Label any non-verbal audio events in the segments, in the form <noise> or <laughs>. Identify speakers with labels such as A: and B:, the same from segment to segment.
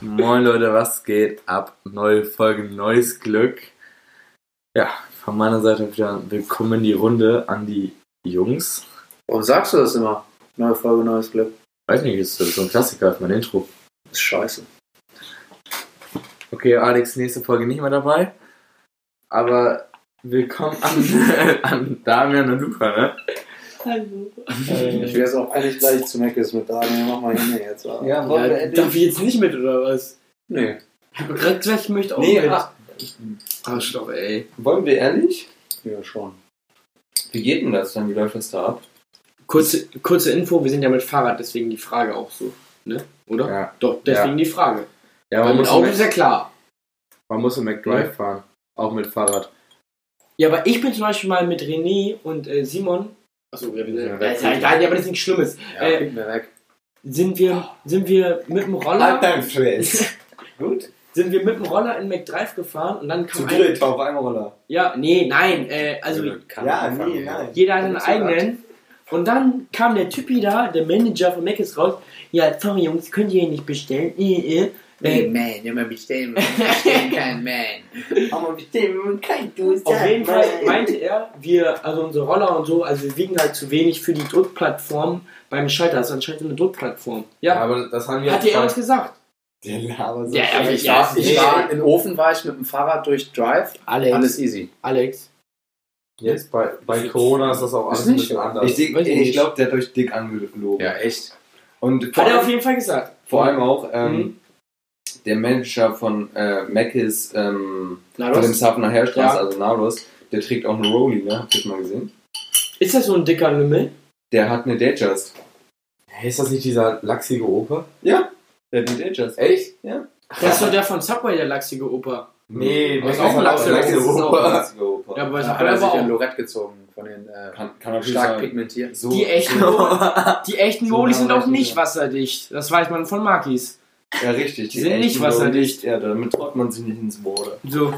A: moin Leute, was geht ab? Neue Folge, neues Glück. Ja, von meiner Seite wieder willkommen in die Runde an die Jungs.
B: Warum sagst du das immer? Neue Folge, neues Glück.
A: Weiß nicht, ist so ein Klassiker, ist mein Intro.
B: ist scheiße.
A: Okay, Alex, nächste Folge nicht mehr dabei. Aber willkommen an, <laughs> an Damian und Luca, ne?
C: Hallo.
B: Ich will jetzt auch eigentlich gleich zu Meckes mit Daniel. Mach mal hin hier jetzt. Alter.
A: Ja,
C: Ja, darf ich jetzt nicht mit oder was?
B: Nee.
C: Ich hab gerade gesagt, ich möchte auch
A: Nee,
C: mit.
A: ah.
C: Arschloch, ey.
D: Wollen wir ehrlich?
B: Ja, schon.
D: Wie geht denn das dann? Wie läuft das da ab?
C: Kurze, kurze Info, wir sind ja mit Fahrrad, deswegen die Frage auch so. Ne? Oder?
A: Ja,
C: Doch, deswegen die Frage.
A: ja
C: Weil
A: man,
C: mit
A: muss
C: Auto
A: im
C: ist ja
A: Mac,
C: klar.
A: man muss im McDrive fahren. Auch mit Fahrrad.
C: Ja, aber ich bin zum Beispiel mal mit René und äh, Simon. Achso, wir sind ja,
A: Ja,
C: ja, ja, ja, aber das ist nichts Schlimmes.
B: Ja,
C: Äh,
B: gib mir weg.
C: Sind wir, sind wir mit dem Roller,
D: dein
A: <laughs>
D: Fritz. Gut.
C: <laughs> sind wir mit dem Roller in McDrive gefahren und dann kam
D: Zu
C: ein,
D: dritt auf einem Roller.
C: ja, nee, nein, äh, also
D: Ja, nee, nein.
C: Jeder hat einen eigenen. Und dann kam der Typi da, der Manager von Mc's raus. Ja, sorry Jungs, könnt ihr hier nicht bestellen. Äh, äh. Äh,
B: man, immer bestellen. Bestellen kein Man.
D: Aber mit dem kein Du
C: auf jeden Fall meinte er, wir, also unsere Roller und so, also wir wiegen halt zu wenig für die Druckplattform beim Schalter. Das ist anscheinend eine Druckplattform. Ja,
A: aber das haben wir
C: hat er
A: schon-
C: uns gesagt.
D: Der labert so.
C: Ja,
D: viel.
C: aber
B: Ich
C: Ja,
B: war, ich
C: nee.
B: war, in Ofen war ich mit dem Fahrrad durch Drive. Alles easy.
C: Alex.
A: Jetzt bei, bei Corona ist das auch
B: Ist
A: alles ein
B: nicht
A: bisschen
B: so.
A: anders.
D: Ich, denk-
C: Weiß ich
D: ich
C: nicht.
D: glaube, der hat euch dick angelogen.
B: Ja, echt.
D: Und vor,
C: Hat er auf
D: allem,
C: jeden Fall gesagt.
D: vor allem auch ähm,
C: Mhm.
D: der Manager von äh, Mackis, ähm,
C: Na,
D: von dem
C: was?
D: Safner Herstraße,
C: Ja.
D: also Naros, der trägt auch einen Rolli, ne? Habt ihr das mal gesehen?
C: Ist das so ein dicker Lümmel?
D: Der hat eine Datejust.
A: Hey, ist das nicht dieser lachsige Opa?
D: Ja. Der hat eine Datejust.
A: Echt?
C: Das ist doch der von Subway, der lachsige Opa.
A: Nee,
D: das
A: das
D: ist auch ein
C: Lachs-
D: Lachs-
A: Opa.
D: Lachs- Opa.
C: Ja, aber
B: Da
C: ja,
B: hat er
C: aber
B: sich ein
C: auch.
B: Lorette gezogen von den äh,
D: Kann, kann natürlich
B: stark
D: sein. <laughs>
B: pigmentierten.
D: So,
C: Die echten, die echten
D: So
C: Molis
D: nah
C: sind
D: weiß
C: auch
D: ich
C: nicht
D: nicht.
C: wasserdicht. Das weiß man von Makis.
D: Ja, richtig.
C: Die sind
D: echten
C: nicht wasserdicht.
D: Lollis, Ja, damit traut man sich nicht ins Boot.
C: So,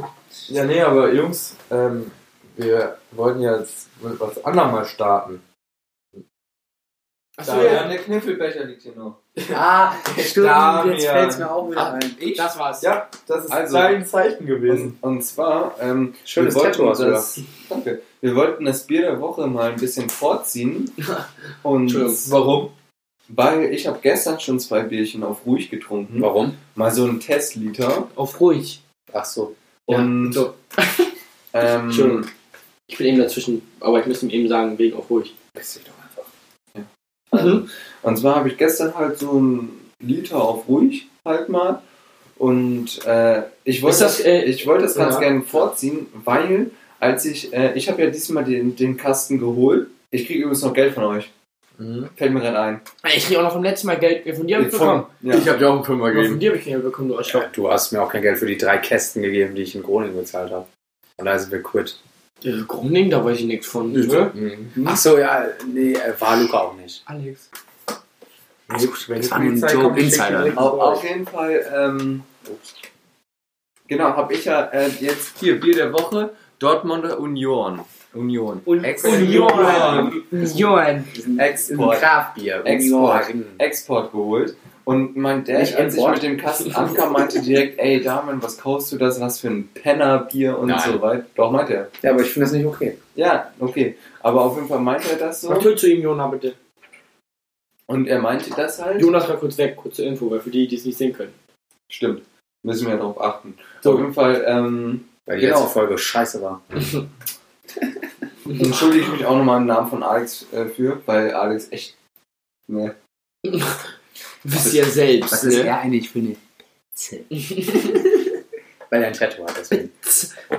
A: Ja, nee, aber Jungs, ähm, wir wollten ja jetzt mit was anderem mal starten.
C: Achso,
A: Da-
C: ja.
D: der Kniffelbecher liegt hier noch.
B: Ah, stimmt.
A: Damian.
B: Jetzt fällt es mir auch wieder
C: Ah.
B: ein.
C: das war's.
A: Ja, das ist
D: Also-
A: dein Zeichen gewesen.
D: Und, und zwar, ähm,
B: Schönes Tattoo hast du da.
D: das, danke, wir wollten das Bier der Woche mal ein bisschen vorziehen. Und
C: Entschuldigung.
A: Warum?
D: weil ich habe gestern schon zwei Bierchen auf ruhig getrunken.
B: Warum?
D: Mal so einen Testliter.
C: Auf ruhig.
B: Ach so.
D: Und
C: so.
D: ähm,
C: Entschuldigung. Ich bin eben dazwischen, aber ich muss ihm eben sagen, wegen auf ruhig.
B: Piss dich doch einfach.
C: Mhm.
D: Und zwar habe ich gestern halt so einen Liter auf ruhig halt mal. Und äh, ich wollte
C: Ist das,
D: das,
C: äh,
D: ich wollte das ganz
C: ja.
D: gerne vorziehen, weil als ich, äh, ich habe ja diesmal den, den Kasten geholt. Ich kriege übrigens noch Geld von euch. Fällt mir gerade ein.
C: Also, Ich krieg auch noch vom letzten Mal Geld. Von dir hab ich bekommen.
D: Ja.
A: Ich hab dir auch einen Fünfer
C: Aber von
A: gegeben.
C: dir hab ich Geld bekommen, du Arschloch.
B: Ja, du hast mir auch kein Geld für die drei Kästen gegeben, die ich in Groningen bezahlt habe. Und da sind wir quitt.
C: Ja. Grundling, da weiß ich nichts von. Ne?
A: Mhm.
B: Ach so, ja, nee, äh, war Luca auch nicht.
C: Alex.
A: Wenn
B: Das
A: die
B: war ein
A: Polizei
B: Joke,
A: kommt, ich schick
B: Insider.
A: die direkt
D: Auf,
A: zu
D: auf
A: euch.
D: jeden Fall, ähm, genau, habe ich ja äh, jetzt hier Bier der Woche, Dortmunder Union. Union.
C: Un Union. Union.
D: Export.
B: Kraftbier.
D: Export. Export geholt. Und mein Dad,
B: Nicht
D: als ich
B: Import.
D: mit dem Kasten ankam, meinte direkt, ey Damian, was kaufst du das? Was für ein Pennerbier und
B: Nein.
D: so weiter. Doch, meinte er.
B: Ja, aber ich finde das nicht okay.
D: Ja, okay. Aber auf jeden Fall meinte er das
C: Was
D: so.
C: tut zu ihm, Jona, bitte?
D: Und er meinte das halt.
C: Jonas, mal kurz weg, kurze Info, weil für die, die es nicht sehen können.
D: Stimmt. Müssen wir darauf achten.
C: So.
D: Auf jeden Fall, ähm,
B: Weil die
D: Genau.
B: letzte Folge scheiße war.
D: entschuldige ich mich auch nochmal im Namen von Alex äh, für, weil Alex echt. Ne.
C: Wisst ihr selbst, ne?
B: er eigentlich für eine Z? Weil er ein Tattoo hat, <laughs> deswegen.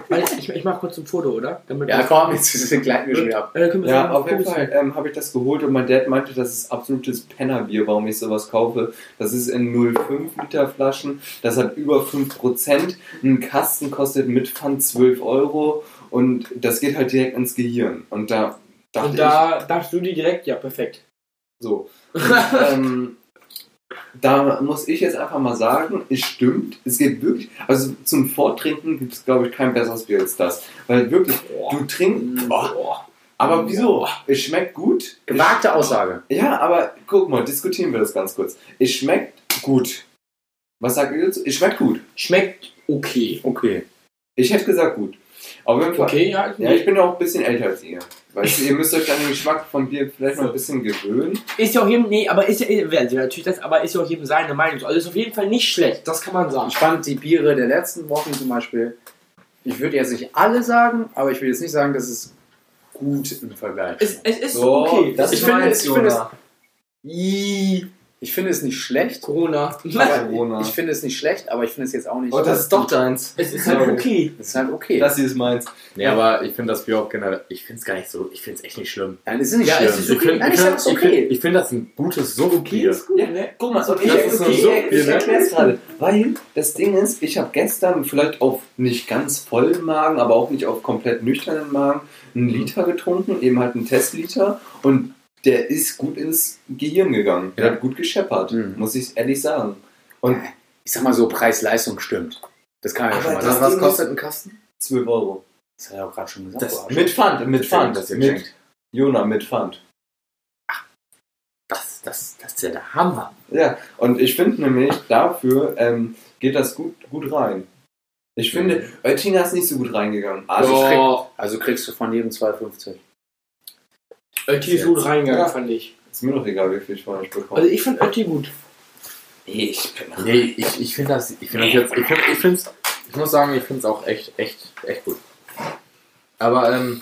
C: Weil Ich, ich mach kurz ein Foto, oder? Damit
B: Ja, komm, jetzt gleiten wir schon wieder ab.
C: Äh, können wir
D: Ja,
C: sagen,
D: auf jeden
C: Fotos-
D: Fall ähm, habe ich das geholt und mein Dad meinte, das ist absolutes Pennerbier, warum ich sowas kaufe. Das ist in 0,5 Liter Flaschen, das hat über 5%, ein Kasten kostet mit Pfand 12 Euro und das geht halt direkt ins Gehirn. Und da dachte
C: Und da darfst du die direkt, ja, perfekt.
D: ich so. ähm, da muss ich jetzt einfach mal sagen, es stimmt, es geht wirklich, also zum Vortrinken gibt es, glaube ich, kein besseres Bier als das. Weil wirklich, du trinkst, oh, aber wieso? Es schmeckt gut.
B: Gewagte Aussage.
D: Ja, aber guck mal, diskutieren wir das ganz kurz. Es schmeckt gut. Was sagt ihr dazu? Es Schmeckt gut.
C: Schmeckt okay.
B: Okay.
D: Ich hätte gesagt gut. Auf jeden Fall.
C: Okay, ja.
D: Ja, ich bin auch ein bisschen älter als ihr. Weißt du, ihr müsst euch an den Geschmack von Bier vielleicht noch ein bisschen gewöhnen.
C: Ist ja auch jedem, nee, aber ist ja, werden sie natürlich das, aber ist ja auch jedem seine Meinung. Also ist auf jeden Fall nicht schlecht, das kann man sagen.
B: Ich fand die Biere der letzten Wochen zum Beispiel, ich würde jetzt nicht alle sagen, aber ich will jetzt nicht sagen, dass es gut im Vergleich
C: Es,
B: ist.
C: es ist
D: So,
C: okay.
D: das
C: ich
D: ist
C: finde,
B: meins,
C: ich finde es,
B: Jonah. Ich finde es nicht schlecht.
C: Corona.
D: <laughs> Corona.
B: Ich finde es nicht schlecht, aber ich finde es jetzt auch nicht.
C: Oh,
D: deins.
C: es ist halt okay.
B: Das ist halt okay.
D: Das hier ist meins.
A: Nee, aber ich finde das Bier auch generell. Ich finde es gar nicht so. Ich finde es echt nicht schlimm.
B: Nein, es ist nicht
C: Ja,
B: schlimm.
C: es ist okay.
A: find-
B: Nein, ich
A: find-
B: sag, es ist okay.
A: find- Ich finde das ein gutes Suchtbier.
C: gut,
D: Ja.
C: ne?
D: Guck mal, und ich,
A: Also Das ist
D: okay,
A: so ein
D: ich,
A: Suchtbier, ne?
D: erklär's gerade. Weil das Ding ist, ich habe gestern vielleicht auf nicht ganz vollen Magen, aber auch nicht auf komplett nüchternen Magen
A: Mhm.
D: einen Liter getrunken, eben halt einen Testliter und der ist gut ins Gehirn gegangen. Der
A: Ja.
D: hat gut gescheppert,
B: Mhm.
D: muss ich ehrlich sagen. Und
B: ich sag mal so, Preis-Leistung stimmt. Das kann man ja
D: Aber
B: schon mal
D: das-
B: sagen.
D: was kostet
A: ein Kasten?
D: 12 Euro.
B: Das hat er auch gerade schon gesagt.
A: Das-
B: Arsch.
D: Mit Pfand, mit Pfand.
A: Das, ihr
D: Mit
A: schenkt.
D: Jona, mit Pfand.
A: das, das, das ist ja der Hammer.
D: Ja, und ich finde nämlich, dafür ähm, geht das gut, gut rein. Ich finde,
A: Mhm.
D: Oettinger ist nicht so gut reingegangen. Also,
B: Doch.
D: schreck-
B: also kriegst du von jedem 2,50.
C: Ötti ist gut reingegangen,
D: Ja.
C: fand ich.
D: ist mir doch egal, wie viel ich von euch bekomme.
C: Also ich fand Ötti gut.
D: Ich bin
A: Nee, ich, ich finde das, ich finde das jetzt, ich finde, ich finde ich muss sagen, ich finde es auch echt, echt, echt gut. Aber, ähm,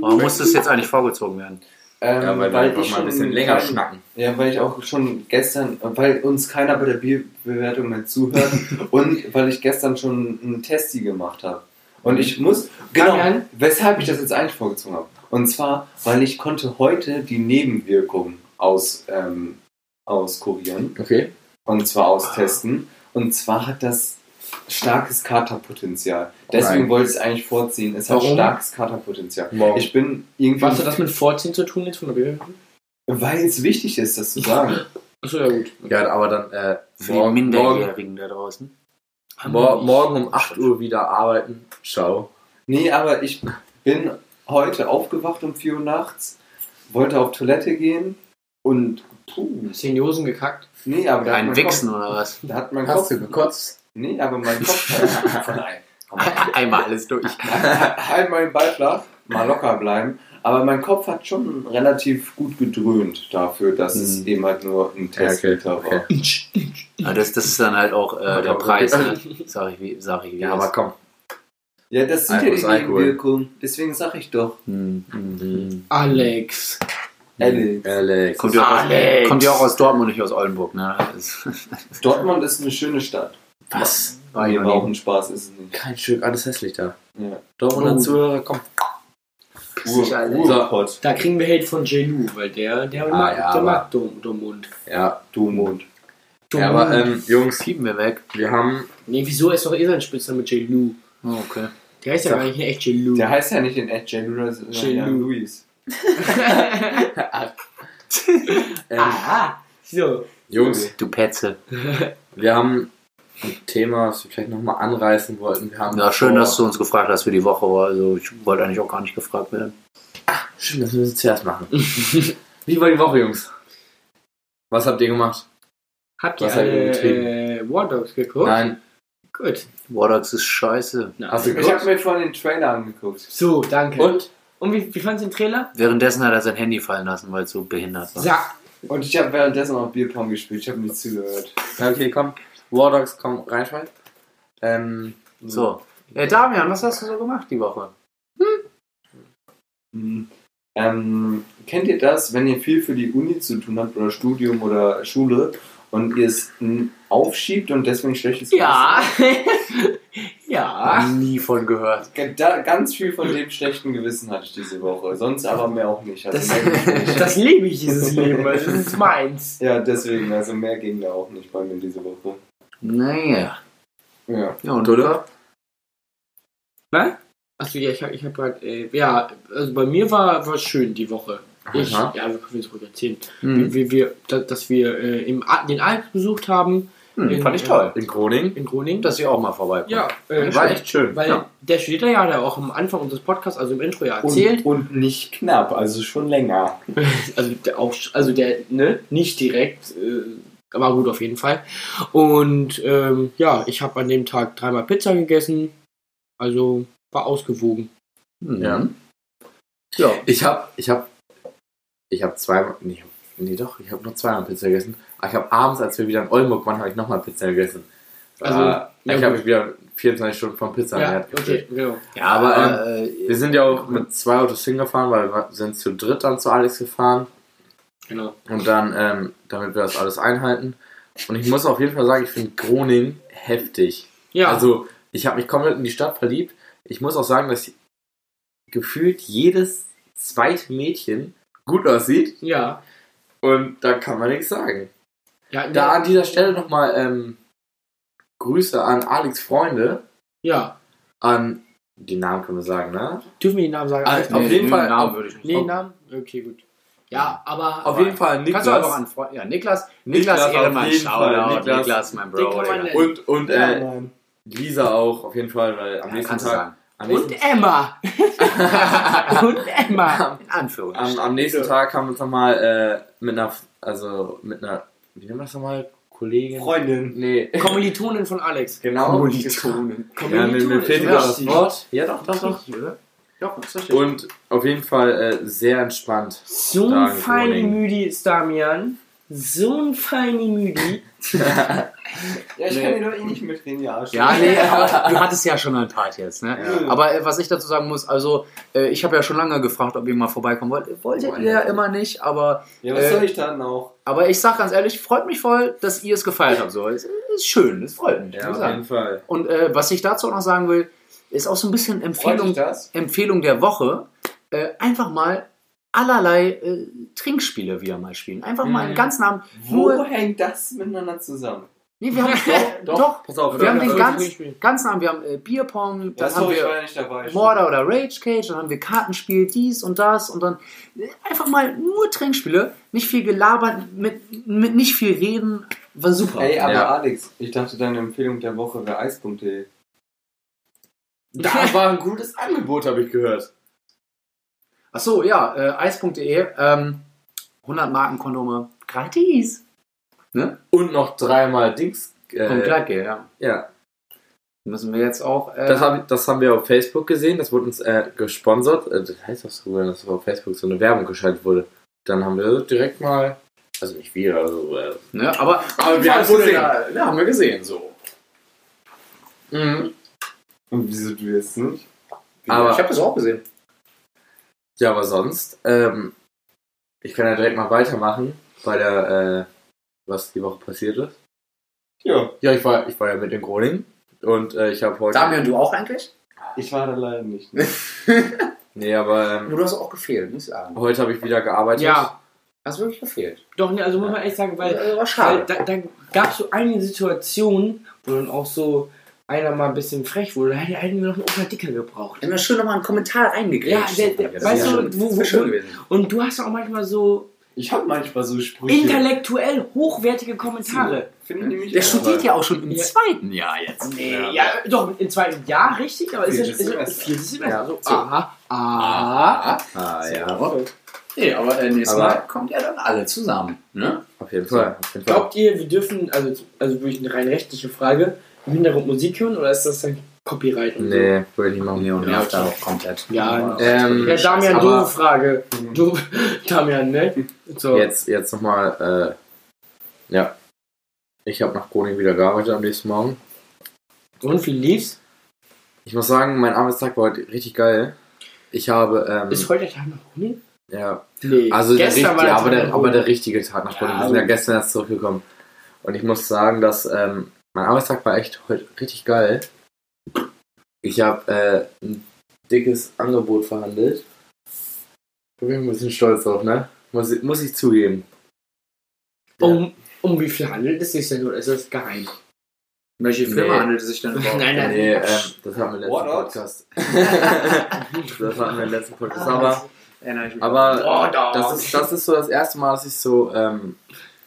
B: Warum muss das jetzt eigentlich vorgezogen werden?
D: ähm,
A: ja, weil, wir einfach
D: ich
A: mal ein
D: schon-
A: bisschen länger schnacken.
D: Ja, weil ich auch schon gestern, weil uns keiner bei der Bierbewertung mehr
C: <laughs>
D: zuhört und weil ich gestern schon einen Testi gemacht habe.
C: Mhm.
D: Und ich muss, genau,
C: Fabian?
D: weshalb ich das jetzt eigentlich vorgezogen habe. Und zwar, weil ich konnte heute die Nebenwirkungen aus, ähm, auskurieren.
A: Okay.
D: Und zwar austesten. Und zwar hat das starkes Katerpotenzial. Deswegen
A: Nein.
D: wollte ich es eigentlich vorziehen. Es hat
C: Warum?
D: starkes Katerpotenzial.
A: Morgen.
D: Ich bin irgendwie.
C: Was hat das mit 14 zu tun jetzt von der Bewertung?
D: Weil es wichtig ist, das zu sagen.
A: <laughs>
C: Achso, ja gut.
A: ja, aber dann, äh,
B: Für die
A: morgen, morgen,
B: Minderjährigen da draußen.
A: mor morgen um 8 Uhr wieder arbeiten. Ciao.
D: Nee, aber ich bin heute aufgewacht um 4 Uhr nachts, wollte auf Toilette gehen und. Puh.
C: Hast du den Josen gekackt?
D: Nee, aber. da hat
B: Ein
D: mein
B: Wichsen oder was? <laughs>
D: Kopf, da hat mein Kopf.
A: gekotzt?
D: Nee, aber mein Kopf. Nein.
B: Einmal alles durch.
D: <laughs> halt mal den Ball flach, mal locker bleiben. Aber mein Kopf hat schon relativ gut gedröhnt dafür, dass es
A: Mhm.
D: eben halt nur ein Test
A: Ja, okay,
D: war.
A: okay.
B: Aber das, das ist dann halt auch äh, der
A: Aber-
B: Preis, ne? sag ich, wie, sag ich, wie
A: Ja,
B: das-
A: aber komm.
D: Ja, das sind
A: Alkohol ist
D: ja die
A: Alkohol. Mhm.
D: Nebenwirkungen. Deswegen sag ich doch,
A: hm,
C: Alex.
D: Alex.
A: Alex.
B: kommt ja, auch aus,
C: Alex.
B: kommt ja auch aus Dortmund, nicht aus Oldenburg. Ne? Das <laughs> ist-
D: Dortmund ist eine schöne Stadt.
A: Was?
B: war ich
D: Nee,
B: noch
D: war auch
B: nie.
D: ein Spaß, ist es nicht.
A: Kein Stück, alles hässlich da.
D: Ja.
A: Dortmunder
C: Oh.
A: Zuhörer, komm.
D: Ur, Urpott,
C: Da kriegen wir Hate von Jelu, weil der,
D: Ah,
C: der mag,
A: ja,
C: der
A: aber-
C: mag Dom, Domund.
A: Ja,
D: Dumund.
A: ja aber ähm, Jungs,
B: Piepen wir weg.
A: wir haben.
C: nee, wieso ist doch eh sein Spitzname Jelu?
B: Oh, okay.
C: Der heißt ja
A: Sag-
C: gar nicht echt Jelu.
D: Der heißt ja nicht in echt J. Lewis, sondern
C: J.
D: ja
C: Lew.
D: Louis.
A: Ähm,
C: Aha. Ah, So.
A: Jungs,
B: Du Petze.
A: wir haben ein Thema, das wir vielleicht nochmal anreißen wollten. Wir haben
B: Ja, schön,
A: vor-
B: dass du uns gefragt hast für die Woche. Also ich wollte eigentlich auch gar nicht gefragt werden.
A: Stimmt, das müssen wir zuerst machen. Wie war die Woche, Jungs? Was habt ihr gemacht?
C: Habt ihr
A: Was habt ihr
C: alle
A: getrieben?
C: äh, War Dogs geguckt?
A: Nein.
C: Gut.
B: Wardogs ist scheiße.
C: Na.
A: Hast du
D: Ich
A: geguckt?
D: habe mir vorhin den Trailer angeguckt.
C: So, danke.
A: Und?
C: Und wie, wie fandst du den Trailer?
B: Währenddessen hat er sein Handy fallen lassen, weil es so behindert war.
C: Sag.
D: Und ich habe währenddessen auch Bierpong gespielt. Ich habe nicht zugehört.
A: Na, Okay, komm. War Dogs, komm, reinschalten. Ähm,
B: So. Ey, Damian, was hast du so gemacht die Woche?
D: Mhm. Ähm, kennt ihr das, wenn ihr viel für die Uni zu tun habt oder Studium oder Schule und ihr es mh, aufschiebt und deswegen schlechtes
C: Ja. <laughs> ja.
B: Nie von gehört.
D: Gewissen? Da, ganz viel von dem schlechten Gewissen hatte ich diese Woche, sonst aber mehr auch nicht. Also
C: Das,
D: mehr ging <laughs> nicht.
C: das lebe ich,
A: <laughs>
C: dieses Leben. Also, das ist meins.
D: ja, deswegen, also mehr ging da auch nicht bei mir diese Woche.
B: Naja.
D: Ja.
B: Ja, und
A: Oder?
C: Was? Achso, ja, ich habe ich hab gerade, äh, ja, also bei mir war war schön die Woche. Ich,
A: Aha.
C: ja, wir können es ruhig erzählen.
B: Mhm.
C: Wie, wir, da, dass wir äh, im, A- den Alp besucht haben äh,
B: Hm, fand ich toll.
A: in Groningen.
C: in Groningen.
B: Dass ich auch mal vorbeikomme.
C: ja, äh,
A: War echt schön.
C: weil
A: ja.
C: der Studierte ja hat ja auch am Anfang unseres Podcasts, also im Intro ja erzählt,
D: Und, und nicht knapp, also schon länger.
C: also der auch, also der, ne, nicht direkt, äh, War gut auf jeden Fall. Und ähm, ja, ich habe an dem Tag dreimal Pizza gegessen. Also war ausgewogen.
A: Ja.
C: Ja.
A: Ich habe, ich habe, ich habe zweimal, nee, nee doch, ich habe nur zweimal Pizza gegessen. Aber ich habe abends, als wir wieder in Oldenburg waren, habe ich nochmal Pizza gegessen.
C: Also,
A: Also, äh,
C: ja,
A: ich
C: gut.
A: habe mich wieder 24 Stunden von Pizza
C: ja,
A: ernährt gefühlt.
C: okay, genau.
A: Ja, aber ähm,
B: äh,
A: wir sind ja auch mit zwei Autos hingefahren, weil wir sind zu dritt dann zu Alex gefahren
C: genau.
A: und dann, ähm, damit wir das alles einhalten. Und ich muss auf jeden Fall sagen, ich finde Groningen heftig.
C: Ja, also,
A: Also, ich habe mich komplett in die Stadt verliebt. Ich muss auch sagen, dass gefühlt jedes zweite Mädchen gut aussieht
C: ja.
A: und da kann man nichts sagen.
C: ja
A: Da
C: ja,
A: an dieser Stelle nochmal ähm, Grüße an Alex Freunde,
C: Ja.
A: an die Namen können wir sagen, ne?
C: Dürfen wir den Namen sagen?
A: Ah,
C: Alles
A: auf
C: gut.
A: jeden Fall-
B: Namen
A: auf-
B: würde ich nicht.
C: Nee, Namen? Okay, gut. Ja, aber.
A: Auf jeden Fall Niklas.
B: Kannst du einfach an Freund. Ja, Niklas.
A: Niklas
B: Niklas,
A: auf
B: Ehrenmann.
A: jeden Fall.
B: Shoutout.
A: Niklas.
B: Niklas. mein
C: Den
B: Bro.
C: kann man
B: Digga.
C: nennen.
A: Und, und
C: Ja,
A: äh,
C: Mann.
A: Lisa auch, auf jeden Fall, weil am
B: Ja,
A: nächsten
B: kannst du
A: Tag.
B: sagen.
A: Am
C: Und
A: nächsten,
B: <laughs>
C: Emma. Und Emma.
A: am,
B: In Anführungszeichen.
A: am, am nächsten Tag haben wir uns nochmal äh, mit einer, also mit einer, wie nennen wir das nochmal? Kollegin?
D: Freundin.
A: Nee. <laughs>
C: Kommilitonin von Alex.
A: Genau.
B: Kommilitonen.
A: Ja, mir, mir fehlt
B: Ja,
A: wieder das
B: richtig.
A: Wort. Ja, doch, doch, doch.
B: Richtig, oder? Ja, ist richtig.
A: Und auf jeden Fall äh, sehr entspannt.
C: So ein
A: Danke,
C: feiner
A: Kollegen.
C: Müdi ist Damian. So ein feiner Müdi.
D: Ja, ich
B: Nee.
D: kann dir doch eh nicht mitreden, ja.
B: Ja, nee, aber du hattest ja schon einen Part jetzt, ne?
A: Ja.
B: Aber äh, was ich dazu sagen muss, also äh, ich habe ja schon lange gefragt, ob ihr mal vorbeikommen wollt. Wolltet ihr ja immer nicht, aber,
D: Ja, was
B: Äh,
D: soll ich dann auch?
B: aber ich sag ganz ehrlich, freut mich voll, dass ihr es gefeiert habt. So, es ist schön, es freut mich.
A: Ja,
B: muss ich
A: auf jeden
B: sagen.
A: Fall.
B: Und äh, was ich dazu auch noch sagen will, ist auch so ein bisschen
D: Freut dich
B: Empfehlung,
D: das?
B: Empfehlung der Woche. Äh, einfach mal allerlei äh, Trinkspiele wieder mal spielen. Einfach mal
A: Mhm.
B: einen ganzen Abend.
D: Wo
B: Nur-
D: hängt das miteinander zusammen? <laughs>
B: Nee, wir haben doch, doch,
A: pass auf. äh,
B: wir haben
A: ja,
B: den
A: ja.
B: ganzen, ganzen Abend, wir haben äh, Bierpong, dann
D: Das
B: haben
D: sorry, ich
B: wir
D: war ja nicht dabei.
B: Mörder oder Rage Cage, dann haben wir Kartenspiel, dies und das und dann äh, einfach mal nur Trinkspiele, nicht viel gelabert, mit, mit nicht viel reden, war super.
D: Ey, aber
A: Ja.
D: Alex, ich dachte, deine Empfehlung der Woche wäre Eis.de.
A: Da war ein gutes Angebot, habe ich gehört.
B: Achso, ja, äh, eis.de, ähm, 100 Marken Kondome, gratis.
A: Und noch dreimal Dings.
B: Und
A: Äh,
B: Gleitgel, ja.
A: ja,
B: Müssen wir jetzt auch. Äh,
A: das, hab, das haben wir auf Facebook gesehen. Das wurde uns äh, gesponsert. Äh, das heißt doch so, wenn das auf Facebook so eine Werbung geschaltet wurde. Dann haben wir direkt mal. Also nicht wir, also. Äh,
B: ne, aber,
A: Aber wir haben's
B: wurde
A: gesehen.
B: Da, ja, haben wir gesehen, so.
A: mhm.
D: Und wieso du jetzt nicht?
A: Aber-
B: ich habe das auch gesehen.
A: Ja, aber sonst. Ähm, ich kann ja direkt mal weitermachen bei der. Äh, was die Woche passiert ist.
D: Ja.
A: Ja, ich war, ich war ja mit in Groningen. Und äh, ich habe heute.
B: Damian, du auch eigentlich? <laughs>
D: Ich war da leider nicht. Ne?
A: Nee, aber ähm,
B: Du hast auch gefehlt, muss ich sagen.
A: heute habe ich wieder gearbeitet.
C: Ja,
B: Hast wirklich gefehlt.
C: doch, ne, also muss man echt sagen, weil,
B: Äh, war
C: weil da, da gab es so einige Situationen, wo dann auch so einer mal ein bisschen frech wurde. Da hätten wir noch einen Opa Dicker gebraucht.
B: Immer schön nochmal einen Kommentar reingegrätscht.
C: Ja, der- der-
B: Das ist
C: weißt
A: du,
B: schön.
C: wo-
B: Das
C: wo-
B: ist schön gewesen.
C: Und du hast auch manchmal so
D: Ich habe manchmal so Sprüche.
C: intellektuell hochwertige Kommentare.
D: Finde ich nämlich
B: Der
D: auch.
B: studiert ja auch schon im
C: Ja.
B: zweiten Jahr jetzt.
C: Nee, ja, doch, im zweiten Jahr richtig, aber ist ja
D: Viertes
C: ist ja-
D: Semester.
C: viertes Semester.
A: Ja,
C: so, Ah.
A: so.
C: Aha, aha.
A: Ah, ja.
B: Nee, aber äh, nächstes Mal
A: Aber-
B: kommt ja dann alle zusammen. Ne?
A: Auf jeden Fall. Auf jeden Fall.
C: Glaubt ihr, wir dürfen, also, also wirklich eine rein rechtliche Frage, im Hintergrund Musik hören oder ist das dann Copyright? Und
A: Nee, würde ich nicht machen.
B: und
C: Ja,
B: nervt da auch komplett. Äh,
C: Ja,
A: Ähm,
C: So? Ja, Damian,
A: aber-
C: doofe Frage. Du, <laughs> Damian, ne? So.
A: Jetzt, jetzt nochmal, äh, ja. Ich habe nach Groningen wieder gearbeitet am nächsten Morgen.
C: Und wie lief's?
A: Ich muss sagen, mein Arbeitstag war heute richtig geil. Ich habe, ähm,
C: Ist heute Tag noch Uni?
A: ja,
C: Nee.
A: also der richtige,
C: der
A: aber,
C: Tag
A: der,
C: noch
A: aber
C: Uni.
A: der richtige Tag nach Groningen. Wir sind ja gestern erst zurückgekommen. Und ich muss sagen, dass, ähm, mein Arbeitstag war echt heute richtig geil. Ich habe, äh, ein dickes Angebot verhandelt. Da bin ich ein bisschen stolz drauf, ne? Muss, ich- muss ich zugeben.
C: um, um wie viel handelt es sich denn oder ist das geheim?
B: Welche Firma
A: Nee.
B: handelt es sich denn überhaupt?
C: Nein, nein.
A: Nee, ähm, das hatten wir im letzten
D: What else?
A: Podcast. <laughs> das hatten wir im letzten Podcast. Aber, aber
C: Oh, da.
A: das, ist, das ist so das erste Mal, dass ich so, ähm,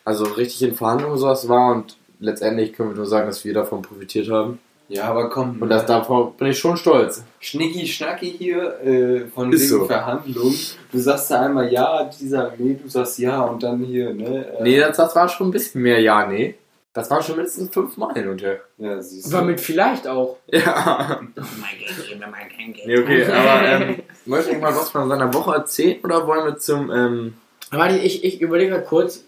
A: also richtig in Verhandlungen sowas war und letztendlich können wir nur sagen, dass wir davon profitiert haben.
D: Ja, aber komm.
A: Und das, davor bin ich schon stolz.
D: Schnicki Schnacki hier äh, von
A: Ist
D: wegen
A: so.
D: Verhandlungen. Du sagst da einmal ja, dieser nee, du sagst ja und dann hier, ne? Äh,
A: Nee, das, das war schon ein bisschen mehr, ja, nee. Das war schon mindestens fünfmal hin und her.
D: Ja, siehst
C: Aber
D: du.
C: mit vielleicht auch.
A: Ja. Nee, okay, aber <laughs> ähm, möchte ich mal was von seiner Woche erzählen oder wollen wir zum ähm,
C: Warte, ich, ich überlege mal kurz.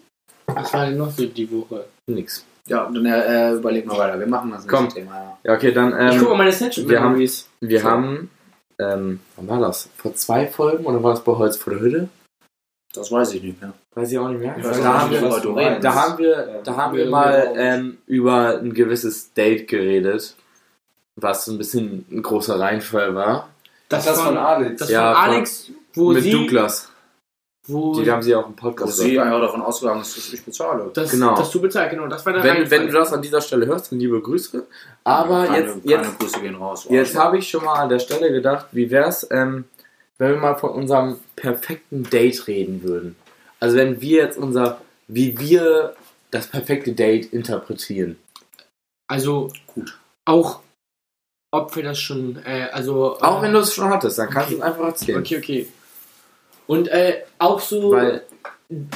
C: Was war denn noch so die Woche?
A: nix?
B: Ja, dann äh, überleg mal weiter. Wir machen das
A: Komm.
B: nächste Thema. Ja.
A: Ja, okay, dann
C: ich
A: ähm,
C: gucke mal meine Snapchat
A: wir haben-
C: Memories.
A: wir haben ähm, wann war das? Vor zwei Folgen oder war das bei Holz vor der Hütte?
B: Das weiß ich nicht mehr.
A: Weiß ich auch nicht mehr.
D: Ich weiß
A: da,
D: auch
A: haben
D: nicht,
A: wir,
D: was du
B: da
D: meinst.
A: da haben wir,
D: Ja.
A: da haben
C: Ja,
A: wir mal
C: genau.
A: ähm, über ein gewisses Date geredet, was ein bisschen ein großer Reinfall war.
D: das, das von Alex.
C: das
A: Ja,
C: von
A: von-
C: Alex, wo
A: mit
C: sie.
A: Douglas.
C: Wo
A: Die haben sie auch im Podcast.
B: Dass sie einfach davon ausgegangen ist, dass ich bezahle.
C: das,
A: genau.
C: das du bezahlt, genau. Das war der
A: Wenn,
C: Reinfall.
A: wenn du das an dieser Stelle hörst, dann liebe Grüße. Aber
B: keine,
A: jetzt,
B: Keine
A: jetzt,
B: Grüße gehen raus.
A: jetzt habe ich schon mal an der Stelle gedacht, wie wär's, ähm, wenn wir mal von unserem perfekten Date reden würden. Also wenn wir jetzt unser, wie wir das perfekte Date interpretieren.
C: Also,
B: Gut.
C: auch ob wir das schon. Äh, also,
A: Auch
C: äh,
A: wenn du es schon hattest, dann kannst du
C: Okay.
A: es einfach erzählen.
C: Okay, okay. Und äh, auch so,
A: Weil-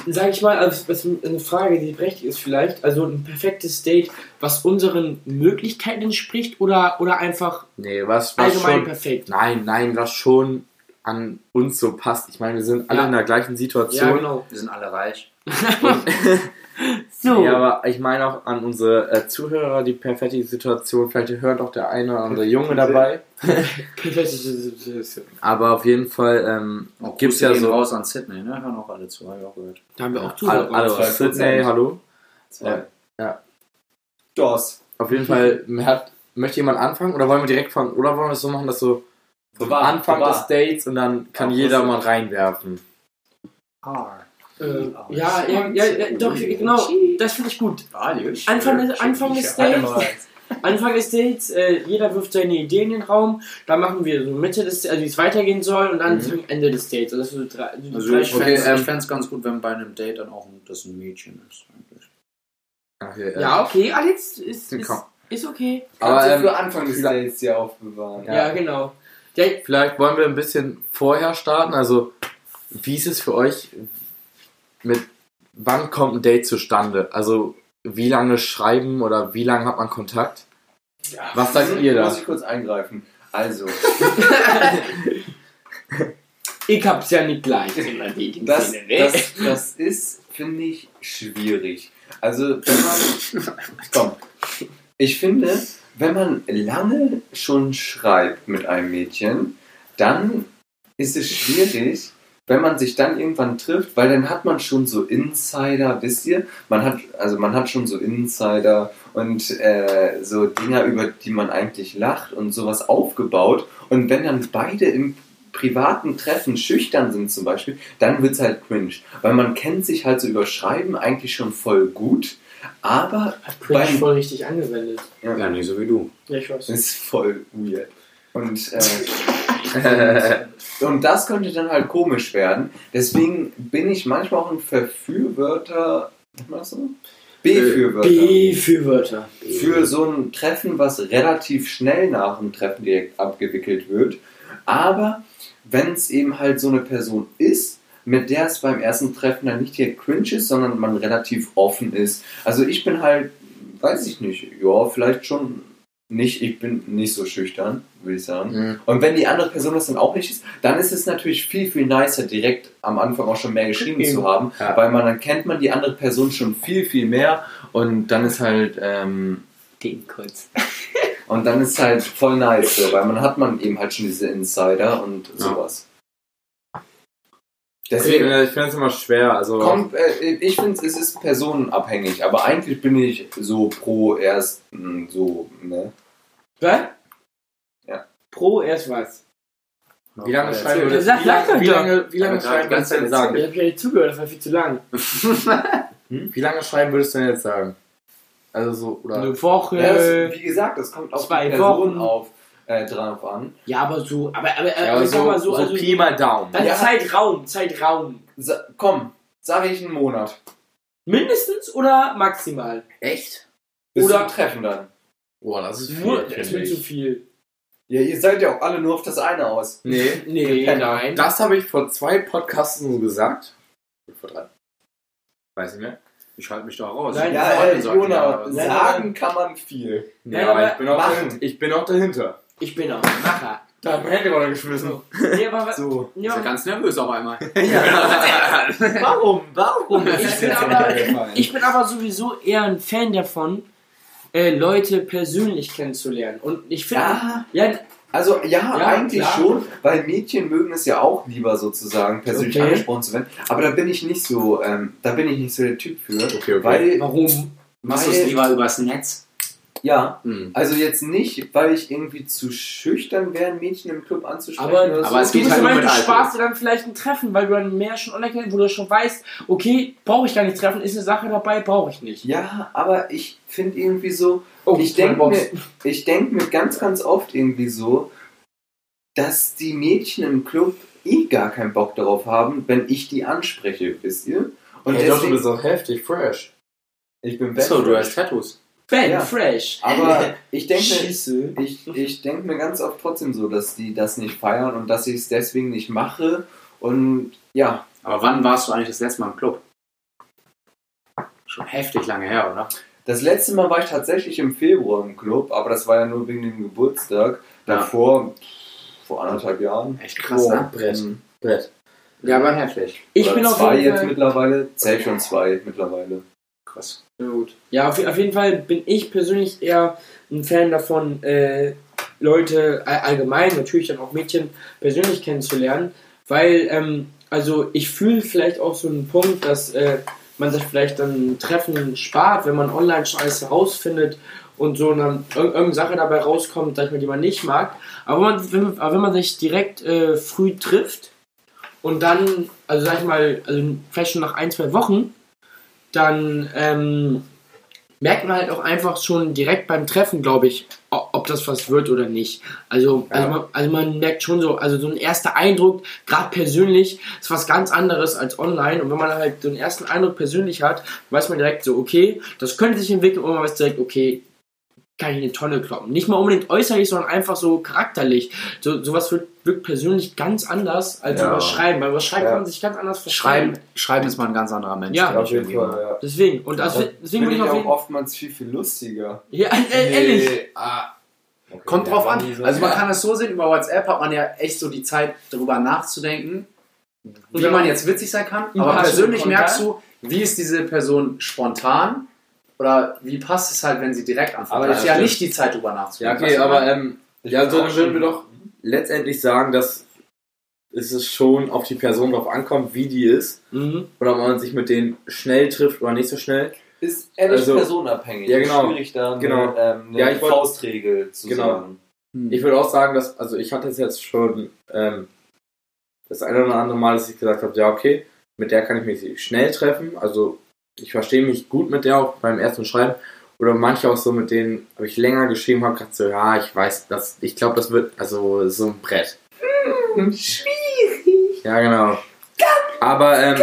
C: sag ich mal, also das ist eine Frage, die berechtigt ist vielleicht, also ein perfektes Date, was unseren Möglichkeiten entspricht oder, oder einfach
A: Nee, was, was
C: allgemein
A: schon.
C: perfekt.
A: Nein, nein, was schon an uns so passt. Ich meine, wir sind alle
C: Ja.
A: in der gleichen Situation.
C: Ja, genau.
B: Wir sind alle reich.
C: So, genau.
A: Nee, aber ich meine auch an unsere äh, Zuhörer die perfekte Situation. Vielleicht hört auch der eine oder andere Junge dabei.
C: perfektes-
A: Aber auf jeden Fall ähm,
B: Auch
A: gibt's
B: Grüße
A: ja
B: gehen
A: so.
B: raus an Sydney, ne? Hören auch alle zu, habe ich auch gehört.
C: da haben wir auch
A: Hallo,
C: Zuhörer.
A: hallo
D: Zwei
A: Sydney,
D: Prozent.
A: hallo.
D: Zwei.
A: Ja.
D: DOS.
A: Auf jeden Fall, hat, möchte jemand anfangen oder wollen wir direkt von, oder wollen wir es so machen, dass so vom
D: War,
A: Anfang
D: war.
A: des Dates und dann kann
D: Ja,
A: jeder
D: was-
A: mal reinwerfen.
C: Äh, ja, ja, ja, ja, doch, genau, das finde ich gut. Anfang des- Anfang des Dates. Anfang des Dates, äh, jeder wirft seine Ideen in den Raum, dann machen wir so Mitte des, also wie es weitergehen soll und dann
A: Mhm.
C: zum Ende des Dates. Also das sind so drei, so die
B: Also
C: drei
B: ich
C: Schritte.
A: Okay,
B: fänd's
A: ähm,
B: ich fänd's ganz gut, wenn bei einem Date dann auch ein, das ein Mädchen ist. Eigentlich.
A: Okay, äh,
C: Ja, okay, Alex ist,
A: Dann
C: ist,
A: komm.
C: ist okay.
A: Aber
D: Kannst du
A: ähm,
D: für Anfang des
A: vielleicht-
D: Dates äh, ja aufbewahren.
A: Ja.
C: Ja, genau. Ja,
A: Vielleicht wollen wir ein bisschen vorher starten. Also, wie ist es für euch mit wann kommt ein Date zustande? Also, wie lange schreiben oder wie lange hat man Kontakt? Was sagt ihr da?
D: Muss ich kurz eingreifen.
A: <laughs>
D: Also,
C: ich hab's ja nicht gleich. in der
D: das,
C: Dating-Szene, ne?
D: das, das ist, finde ich, schwierig. Also, wenn man.
A: <laughs>
D: Komm. Ich finde, wenn man lange schon schreibt mit einem Mädchen, dann ist es schwierig, wenn man sich dann irgendwann trifft, weil dann hat man schon so Insider, wisst ihr? Man hat, also man hat schon so Insider und äh, so Dinger, über die man eigentlich lacht und sowas aufgebaut. Und wenn dann beide im privaten Treffen schüchtern sind zum Beispiel, dann wird es halt cringe. Weil man kennt sich halt so über Schreiben eigentlich schon voll gut, aber
C: Hat Prince
D: beim
C: voll richtig angewendet.
B: Ja, nicht so wie du.
C: Ja, ich weiß.
D: das ist voll weird. Und, äh, und, und das könnte dann halt komisch werden. Deswegen bin ich manchmal auch ein Verfürworter. Was so? Befürworter.
C: Äh, Befürworter.
D: für so ein Treffen, was relativ schnell nach dem Treffen direkt abgewickelt wird. Aber wenn es eben halt so eine Person ist, mit der es beim ersten Treffen dann nicht direkt cringe ist, sondern man relativ offen ist. Also ich bin halt, weiß ich nicht, ja, vielleicht schon nicht, ich bin nicht so schüchtern, würde ich sagen. Und wenn die andere Person das dann auch nicht ist, dann ist es natürlich viel, viel nicer, direkt am Anfang auch schon mehr geschrieben
C: Eben.
D: zu haben,
A: Ja.
D: weil man dann kennt man die andere Person schon viel, viel mehr und dann ist halt, ähm,
C: Den kurz.
D: und dann ist halt voll nice, so, weil man hat man eben halt schon diese Insider und sowas.
A: Deswegen,
D: Deswegen
A: äh, ich finde es immer schwer. Also,
D: kommt, äh, ich finde es ist personenabhängig, aber eigentlich bin ich so pro erst mh, so, ne?
C: Was?
D: Ja.
C: Pro erst was.
A: wie lange schreiben wir das?
C: Sag-
A: Wie lange,
C: sag
A: wie
C: doch.
A: lange, wie lange
B: Ja,
A: schreiben wir das
B: ganz
A: denn
B: ehrlich.
A: sagen?
C: Ich hab ja nicht zugehört, das war viel zu lang.
B: <laughs>
A: Wie lange schreiben würdest du denn jetzt sagen? Also, so, oder?
C: Eine Woche.
D: Ja, das, wie gesagt, das kommt auf
C: Äh, zwei
D: die Person
C: Wochen.
D: auf äh, drauf an.
C: Ja, aber so, aber, aber,
A: Ja,
C: aber
A: aber
C: sag
A: so,
C: mal so,
A: so
C: also,
A: Pi mal Daumen.
C: dann
D: Ja.
C: Zeitraum, Zeitraum.
D: Sa komm, sage ich einen Monat.
C: Mindestens oder maximal?
A: Echt?
D: Bis
C: Oder-
D: zum Treffen dann.
A: Boah, das ist
C: Nur,
A: viel,
C: das ist
A: finde
C: mir zu
A: ich.
C: viel.
D: Ja, ihr seid ja auch alle nur auf das eine aus.
A: Nee,
C: Nee,
D: Penner.
C: nein.
A: das habe ich vor zwei Podcasten so gesagt. Vor drei. Weiß nicht mehr.
E: Ich halte mich da raus.
C: Nein,
D: Ja,
C: Freunde
D: ey,
E: sagen,
D: Jonah,
C: ja.
D: sagen kann man viel.
A: Nee,
C: Nein,
A: aber
C: aber
A: ich bin, auch
D: machen.
A: dahin- ich bin auch dahinter.
C: Ich bin auch ein Macher.
A: Da hat mein Handy runtergeschmissen.
C: Nee, aber was.
D: So.
E: Ich bin
C: Ja,
E: ganz nervös auf einmal.
D: Warum? Warum?
C: ich bin aber.
D: <laughs>
C: Ich bin aber sowieso eher ein Fan davon, äh, Leute persönlich kennenzulernen. Und ich finde.
D: Ja.
C: ja,
D: Also ja,
C: Ja,
D: eigentlich
C: klar.
D: schon, weil Mädchen mögen es ja auch lieber sozusagen persönlich
C: Okay.
D: angesprochen zu werden. Aber da bin ich nicht so, ähm, da bin ich nicht so der Typ für.
A: Okay, okay.
D: Weil,
C: warum?
E: Machst du es
D: Weil-
E: lieber übers Netz?
D: ja,
E: Hm.
D: also jetzt nicht, weil ich irgendwie zu schüchtern wäre, ein Mädchen im Club anzusprechen
C: Aber-
D: oder so.
E: aber es
C: Du
E: geht
C: bist
E: halt
C: halt
E: nur
C: du
E: mit Alkohol.
C: sparst dir dann vielleicht ein Treffen, weil du dann mehr schon online kennst, wo du schon weißt, okay, brauche ich gar nicht treffen, ist eine Sache dabei, brauche ich nicht.
D: ja, aber ich finde irgendwie so,
C: um- Oh,
D: ich
C: meine
D: denke
C: Box.
D: mir, ich denk mir ganz, ganz oft irgendwie so, dass die Mädchen im Club eh gar keinen Bock darauf haben, wenn ich die anspreche, wisst ihr? Und
A: ich dachte, du
D: deswegen,
A: bist auch heftig fresh.
D: ich bin
E: Achso, du
D: backwards.
E: hast Tattoos.
C: Ben,
D: Ja.
C: fresh. <laughs>
D: Aber ich denke
C: Schieße.
D: mir, ich, ich denk mir ganz oft trotzdem so, dass die das nicht feiern und dass ich es deswegen nicht mache. Und ja,
E: Aber wann warst du eigentlich das letzte Mal im Club? Schon heftig lange her, oder?
D: das letzte Mal war ich tatsächlich im Februar im Club, aber das war ja nur wegen dem Geburtstag.
E: Ja.
D: Davor, vor anderthalb Jahren.
E: Echt krass, ne?
A: Brett.
D: Mhm.
A: Brett.
E: Ja, aber heftig.
C: Ich
D: Oder
C: bin auf
D: zwei
C: jeden
D: jetzt
C: Fall.
D: mittlerweile, zählt schon zwei mittlerweile.
E: Krass.
C: Na gut. Ja, auf, auf jeden Fall bin ich persönlich eher ein Fan davon, äh, Leute all, allgemein, natürlich dann auch Mädchen persönlich kennenzulernen, weil, ähm, also ich fühle vielleicht auch so einen Punkt, dass äh, man sich vielleicht dann ein Treffen spart, wenn man online schon alles herausfindet und so eine irgendeine Sache dabei rauskommt, sag ich mal, die man nicht mag. Aber wenn man, wenn, man- aber wenn man sich direkt äh, früh trifft und dann, also sag ich mal, also vielleicht schon nach ein, zwei Wochen, dann ähm, merkt man halt auch einfach schon direkt beim Treffen, glaube ich, o- ob das was wird oder nicht. Also, also, man, also man merkt schon so, also so ein erster Eindruck, gerade persönlich, ist was ganz anderes als online. Und wenn man halt so einen ersten Eindruck persönlich hat, weiß man direkt so, okay, das könnte sich entwickeln und man weiß direkt, okay, kann ich in eine Tonne kloppen. Nicht mal unbedingt äußerlich, sondern einfach so charakterlich. So, sowas wird, wirkt persönlich ganz anders als
A: Ja.
C: über Schreiben. Weil über Schreiben
A: Ja.
C: kann man sich ganz anders verstehen.
E: Schreiben, Schreiben ist mal ein ganz anderer Mensch.
C: Ja,
E: finde
A: Auf jeden
E: irgendwie mal.
A: Fall, ja.
C: Deswegen. Und also,
D: Ja,
C: deswegen
D: Finde
C: bin
D: ich
C: ich auf
D: auch
C: jeden
D: oftmals viel, viel lustiger.
C: Ja, äh, ehrlich.
A: Nee, ah. Okay,
E: Kommt
A: ja,
E: drauf
A: war nie so.
E: an. Also man kann das so sehen, über WhatsApp hat man ja echt so die Zeit, darüber nachzudenken, wie
C: Ja.
E: man jetzt witzig sein kann.
C: Wie
E: Aber
C: passt
E: persönlich
C: spontan?
E: merkst du, wie ist diese Person spontan oder wie passt es halt, wenn sie direkt anfängt.
A: Aber
E: Aber das ist ja
A: ja, stimmt.
E: nicht die Zeit, darüber
A: Ja,
E: nachzudenken.
A: okay, aber ähm,
D: Ich
A: ja,
D: bin
A: so
D: auch
A: würden wir
D: schon-
A: doch letztendlich sagen, dass es ist schon auf die Person drauf ankommt, wie die ist.
C: Mhm.
A: Oder ob man sich mit denen schnell trifft oder nicht so schnell.
D: Ist ehrlich
A: Also-
D: personabhängig.
A: Ja, genau.
D: Schwierig da eine,
A: Genau.
D: ähm, eine
A: Ja, ich wollt-
D: Faustregel zu
A: Genau.
D: sagen.
A: Ich würde auch sagen, dass, also ich hatte es jetzt schon ähm, das eine oder andere Mal, dass ich gesagt habe, ja, okay, mit der kann ich mich schnell treffen. Also ich verstehe mich gut mit der auch beim ersten Schreiben. Oder manche auch so, mit denen habe ich länger geschrieben habe, gerade so, ja, ich weiß, das, ich glaube, das wird, also so ein Brett. Schwierig. Ja, genau. Aber ähm,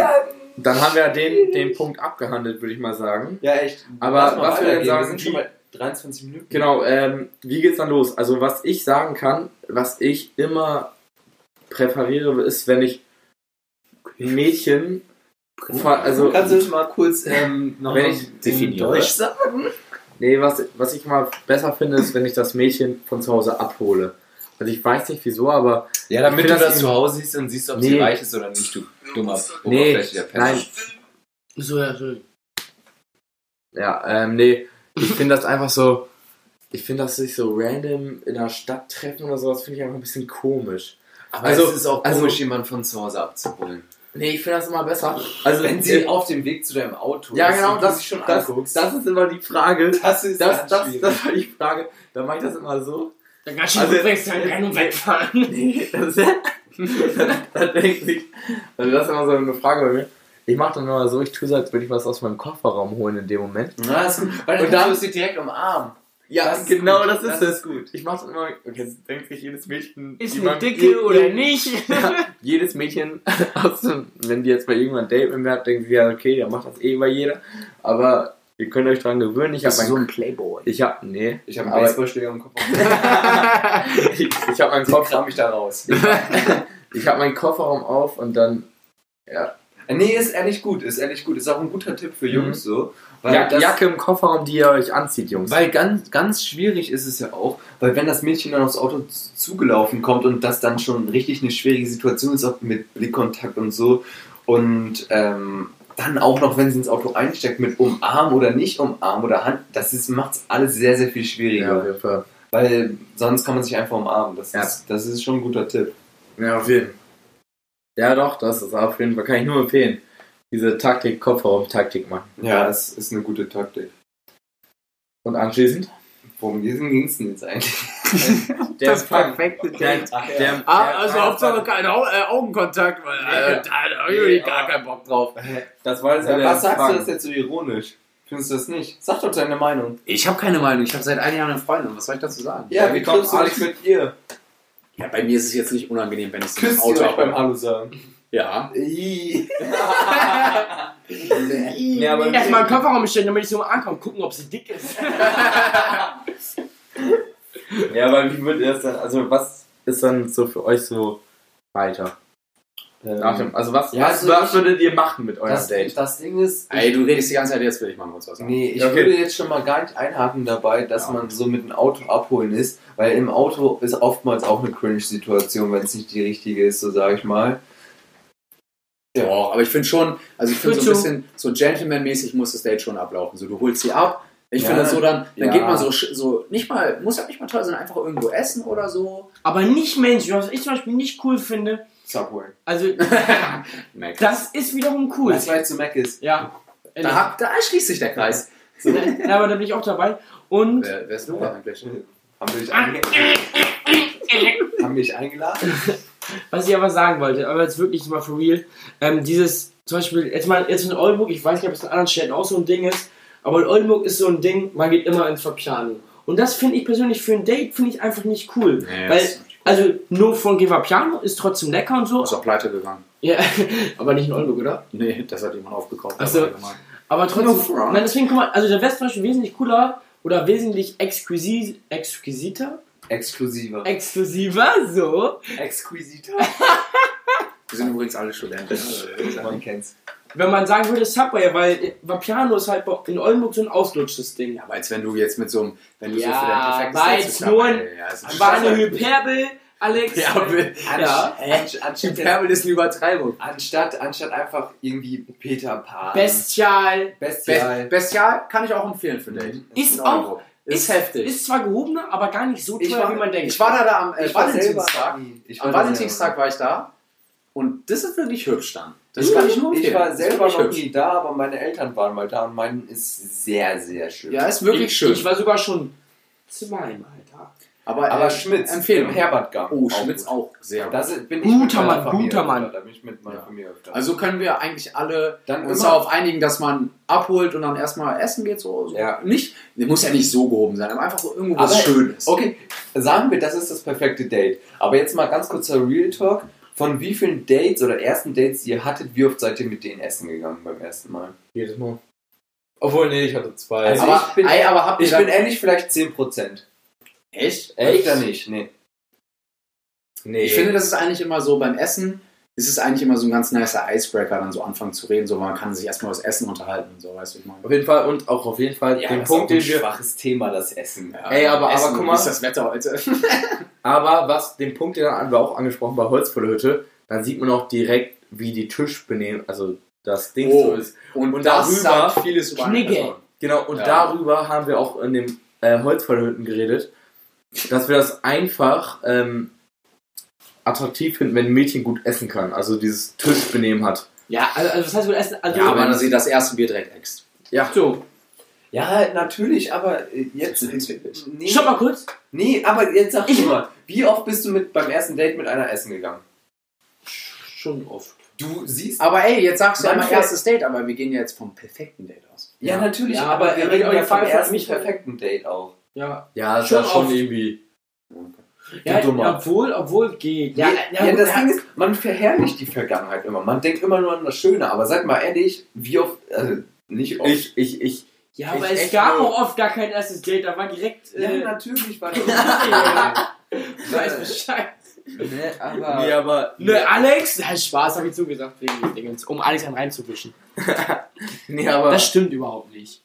A: dann haben wir ja den, den Punkt abgehandelt, würde ich mal sagen.
D: Ja, echt.
A: Aber
D: Lass mal
A: was wir denn
D: weitergehen.
A: sagen,
D: Wir sind schon bei 23 Minuten.
A: Genau, ähm, wie geht's dann los? Also, was ich sagen kann, was ich immer präferiere, ist, wenn ich ein Mädchen. ver- Also,
D: Kannst du das mal kurz ähm, noch
A: Wenn ich
D: in
E: definiere.
D: Deutsch sagen?
A: nee, was, was ich mal besser finde, ist, wenn ich das Mädchen von zu Hause abhole. Also, ich weiß nicht wieso, aber.
D: Ja,
A: damit du das zu
D: Hause siehst und siehst, ob
A: sie reich
D: ist oder nicht, du
F: dummer
A: Nee, nein,
C: So, ja, so.
A: ja, ähm, nee. Ich finde das einfach so. Ich finde das sich so random in der Stadt treffen oder sowas, finde ich einfach ein bisschen komisch.
D: Aber
A: Also-
D: es ist auch
A: also-
D: komisch, jemanden von zu Hause abzuholen.
A: Nee, ich finde das immer besser. Also,
D: Wenn sie auf dem Weg zu deinem Auto
A: Ja,
D: ist
A: genau,
D: und du
A: das,
D: sie schon
A: das,
D: anguckst.
A: das ist immer die Frage.
D: das ist
A: Das,
D: ganz
A: das,
D: schwierig.
A: das war die Frage. Da mache ich das immer so.
C: Dann kannst du
A: Also-
C: also, übrigens dann rein und
A: <laughs>
C: wegfahren.
A: Nee, das da denkt sich. Also das ist immer so eine Frage bei mir. Ich mache dann immer so, ich tue so, als würde ich was aus meinem Kofferraum holen in dem Moment.
D: Na, das ist gut. Weil
A: Und
D: dann
A: dann-
D: kannst du sie direkt umarmen.
A: Ja,
D: Das ist gut. Das ist
A: gut. Ich mache dann immer, und jetzt denkt sich jedes Mädchen,
C: Ist
A: die
C: eine
A: man-
C: Dicke oder
A: je-
C: nicht?
A: Ja, jedes Mädchen, <laughs> aus dem- wenn die jetzt bei irgendwann ein Date mit mir hat, denkt sie ja, okay, der macht das eh bei jeder. Aber Ihr könnt euch dran gewöhnen. Ich habe
G: Bist du so
A: einen.
G: ein Playboy?
A: Ich habe. Nee.
D: Ich habe einen
A: Aber-
D: Baseballschläger im Kopf.
A: ich <laughs> ich habe meinen
D: Kopf
A: Kopf.
D: kram ich da <laughs> raus.
A: Ich habe meinen Kofferraum auf und dann
D: Nee, ist ehrlich gut, ist ehrlich gut. Ist auch ein guter Tipp für Jungs so. Weil
A: Ja-
D: das,
A: Jacke im Kofferraum, die ihr euch anzieht, Jungs.
D: Weil ganz, ganz schwierig ist es ja auch, weil wenn das Mädchen dann aufs Auto z- zugelaufen kommt und das dann schon richtig eine schwierige Situation ist, auch mit Blickkontakt und so, und ähm, dann auch noch, wenn sie ins Auto einsteckt, mit umarmen oder nicht umarmen oder Hand, das ist, macht's alles sehr, sehr viel
A: ja, auf
D: schwieriger.
A: jeden Fall.
D: Weil sonst kann man sich einfach umarmen. Das,
A: Ja.
D: ist, das ist schon ein guter Tipp.
A: Ja, auf jeden Fall. Ja, doch, das ist auf jeden Fall. Kann ich nur empfehlen. Diese Taktik, Kofferraum-Taktik machen.
D: Ja, das ist eine gute Taktik.
A: Und anschließend?
D: Worum ging es denn jetzt eigentlich?
A: Der
G: das
A: Fang.
G: perfekte
A: Der,
G: Date.
A: der, der,
G: Ah, also
A: der-
G: Hauptsache kein Au äh, Augenkontakt, weil äh, da hab ich gar keinen Bock drauf.
A: Das war jetzt ja der
D: Was sagst
A: Fang.
D: du das jetzt so ironisch? Findest du das nicht? Sag doch deine Meinung.
B: Ich habe keine Meinung. Ich habe seit einem Jahr eine Freundin. Was soll ich dazu sagen?
A: Ja, wie kommst du nicht
D: mit ihr?
B: Ja, bei mir ist es jetzt nicht unangenehm, wenn ich so
D: Küsst
B: im
D: ihr
B: Auto
D: euch beim
B: habe.
D: Hallo sagen?
B: Ja.
A: Nee, aber-
C: Erstmal einen Kofferraum stellen, damit ich so mal ankomme, gucken, ob sie dick ist.
A: Ja, aber wie wird ihr das dann, also was ist dann so für euch so weiter?
D: Ähm,
A: Nach dem, also was,
D: Ja,
A: was,
D: also
A: was
D: ich-
A: würdet ihr machen mit eurem
D: das,
A: Date?
D: das Ding ist.
B: Ey, du redest die ganze Zeit, jetzt will ich mal kurz was sagen.
D: Nee, ich
A: Ja, okay.
D: würde jetzt schon mal gar nicht einhaken dabei, dass man so mit dem Auto abholen ist, weil im Auto ist oftmals auch eine Cringe-Situation, wenn es nicht die richtige ist, so sage ich mal.
B: Ja, aber ich finde schon, also ich finde so ein
C: Bitte.
B: bisschen, so gentlemanmäßig muss das Date schon ablaufen. So, du holst sie ab. Ich
D: Ja.
B: finde das so dann,
D: Ja.
B: dann geht man so, sch- so, nicht mal, muss ja nicht mal teuer sein, einfach irgendwo essen oder so.
C: Aber nicht Mensch, was ich zum Beispiel nicht cool finde.
D: Subway.
A: <laughs>
C: Also,
B: Mac.
C: das ist wiederum cool.
D: Das weit zu Mac ist.
C: Ja.
B: Da, hab- da schließt sich der Kreis.
C: Ja, aber da bin ich auch dabei. Und
B: Wer, wer ist Luca eigentlich?
D: Haben wir dich,
A: <laughs>
D: einge haben wir dich eingeladen?
C: was ich aber sagen wollte, aber jetzt wirklich mal for real, ähm, dieses, zum Beispiel, jetzt mal, jetzt in Oldenburg, ich weiß nicht, ob es in anderen Städten auch so ein Ding ist, aber in Oldenburg ist so ein Ding, man geht immer ins Vapiano. Und das finde ich persönlich für ein Date, finde ich einfach nicht cool.
B: Nee,
C: Weil,
B: das ist Also-
C: also, no von Vapiano ist trotzdem lecker und so.
B: Ist auch pleite gegangen.
C: Ja, <laughs> aber nicht in Oldenburg, oder?
B: Nee, das hat jemand aufgekauft.
C: Ach so. Aber
B: No
C: trotzdem,
B: front.
C: nein, deswegen, guck mal, also der West zum Beispiel wesentlich cooler oder wesentlich exquisi exquisiter,
D: Exklusiver.
C: exklusiver, so.
D: Exquisiter?
B: Wir sind übrigens
D: <laughs>
B: alle Studenten.
D: Man kennt's.
C: Wenn man sagen würde Subway, weil Vapiano ist halt in Oldenburg so ein ausgelutschtes Ding.
B: Aber als wenn du jetzt mit so einem, wenn du
C: Ja,
B: so für dein perfektes
C: war
B: Date
C: jetzt
B: zu knapp-
C: nur ein-
B: ja, ist ein
C: War eine
B: Hyperbel. <laughs>
C: Hyperbel, Alex.
B: Hyperbel.
C: Ja.
D: Anst- anstatt, jetzt-
B: Hyperbel ist eine Übertreibung.
D: anstatt, anstatt einfach irgendwie Peter Pan.
C: Bestial.
D: Bestial.
B: Be Bestial kann ich auch empfehlen für ein Date.
C: Ist
B: Neun
C: auch-
B: Euro. Ist, heftig.
C: Ist zwar gehobener, aber gar nicht so teuer, wie man denkt.
B: ich war da, da am äh,
D: Ich war selber
B: Valentinstag.
D: nie. Ich war
B: Am
D: da
B: Valentinstag war ich da. Und das ist wirklich hübsch dann. Das
D: Ich,
B: kann ich nur empfehlen.
D: ich war
B: Das ist
D: selber
B: wirklich
D: noch
B: hübsch.
D: nie da, aber meine Eltern waren mal da und meinen ist sehr, sehr schön.
B: Ja, ist wirklich
C: ich,
B: schön.
C: Ich war sogar schon zweimal da.
B: aber
D: aber
B: äh,
D: Schmitz,
B: Empfehlung.
D: im Herbertgang.
B: Oh,
D: auch
B: Schmitz
D: gut.
B: auch sehr gut.
D: Das ist- bin ich
C: Guter
D: mit meiner
C: Mann,
D: Familie
C: guter Mann.
D: öfter, Da bin ich mit meiner
B: Ja.
D: Familie öfter.
B: Also können wir eigentlich alle
D: Dann
B: uns
D: immer-
B: darauf einigen, dass man abholt und dann erstmal essen geht. So, so.
D: Ja.
B: Nicht, nee, muss ja nicht so gehoben sein, aber einfach so irgendwo was
D: Aber-
B: Schönes.
D: okay, sagen wir, das ist das perfekte Date. Aber jetzt mal ganz kurz zur Real Talk. Von wie vielen Dates oder ersten Dates, die ihr hattet, wie oft seid ihr mit denen essen gegangen beim ersten Mal?
A: Jedes Mal. Obwohl, nee, ich hatte zwei.
D: Also
B: aber,
D: ich bin-
B: ey, aber habt ihr
D: Ich
B: dann-
D: bin ehrlich, vielleicht 10%.
B: echt?
D: Öfter nicht, nee.
A: nee.
B: Ich finde, das ist eigentlich immer so beim Essen. Ist es eigentlich immer so ein ganz nicer Icebreaker, dann so anfangen zu reden, so man kann sich erstmal über das Essen unterhalten und so, weißt du, ich meine.
A: auf jeden Fall und auch auf jeden Fall den
D: das
A: Punkt,
D: ist auch ein
A: den wir.
D: schwaches Thema, das Essen.
A: Ey, aber- aber guck mal.
B: Ist das Wetter heute?
A: Aber was, den Punkt, den haben wir auch angesprochen bei Holzkohlehütte, dann sieht man auch direkt, wie die Tischbenehmen, also das Ding
B: Oh.
A: so ist.
B: Und,
A: Und
B: das
A: darüber
B: sagt vieles über eine
C: Knigge.
B: Person.
A: Genau, und
B: Ja.
A: darüber haben wir auch in dem äh, Holzfallhütten geredet, dass wir das einfach ähm, attraktiv finden, wenn ein Mädchen gut essen kann, also dieses Tischbenehmen hat.
C: Ja, also, also was heißt gut essen? Also,
B: Ja, aber dass sie das erste Bier direkt äxt.
A: Ja,
C: so.
D: Ja, natürlich, aber äh, jetzt. Nee,
C: Stopp mal kurz.
D: nee aber jetzt sag
C: Ich-
D: ich mal, wie oft bist du mit, beim ersten Date mit einer essen gegangen?
C: Schon oft.
D: Du siehst.
B: Aber ey, jetzt sagst du
D: Mann,
B: immer
D: wer-
B: erstes Date, aber wir gehen ja jetzt vom perfekten Date aus.
D: Ja, natürlich,
C: Ja,
D: aber
C: aber
D: wir
C: in
D: reden
C: eurem
D: ja vom
C: Fall
D: ersten
C: nicht-
D: perfekten Date auch.
C: Ja,
A: ja, das
C: Schon
A: war schon
C: oft.
A: irgendwie.
C: Ja,
A: Du Dummer.
C: obwohl, obwohl geht. Ja, ja,
D: ja,
C: gut,
D: das
C: ja.
D: Ding ist, man verherrlicht die Vergangenheit immer. Man denkt immer nur an das Schöne, aber seid mal ehrlich, wie oft. Also, nicht oft.
A: Ich, ich, ich,
C: Ja,
B: Ist
C: aber es
B: echt
C: gab
B: so.
C: auch oft gar kein erstes Date, da war direkt.
D: Ja,
C: Äh,
D: natürlich war
C: ja, weiß Bescheid.
D: ne,
A: Ja.
D: aber.
A: Nee, aber.
C: <laughs> Ne, Alex? Ja, Spaß, hab ich zugesagt wegen des Dingens, um Alex einen reinzuwischen.
A: Nee, aber.
C: Das stimmt überhaupt nicht.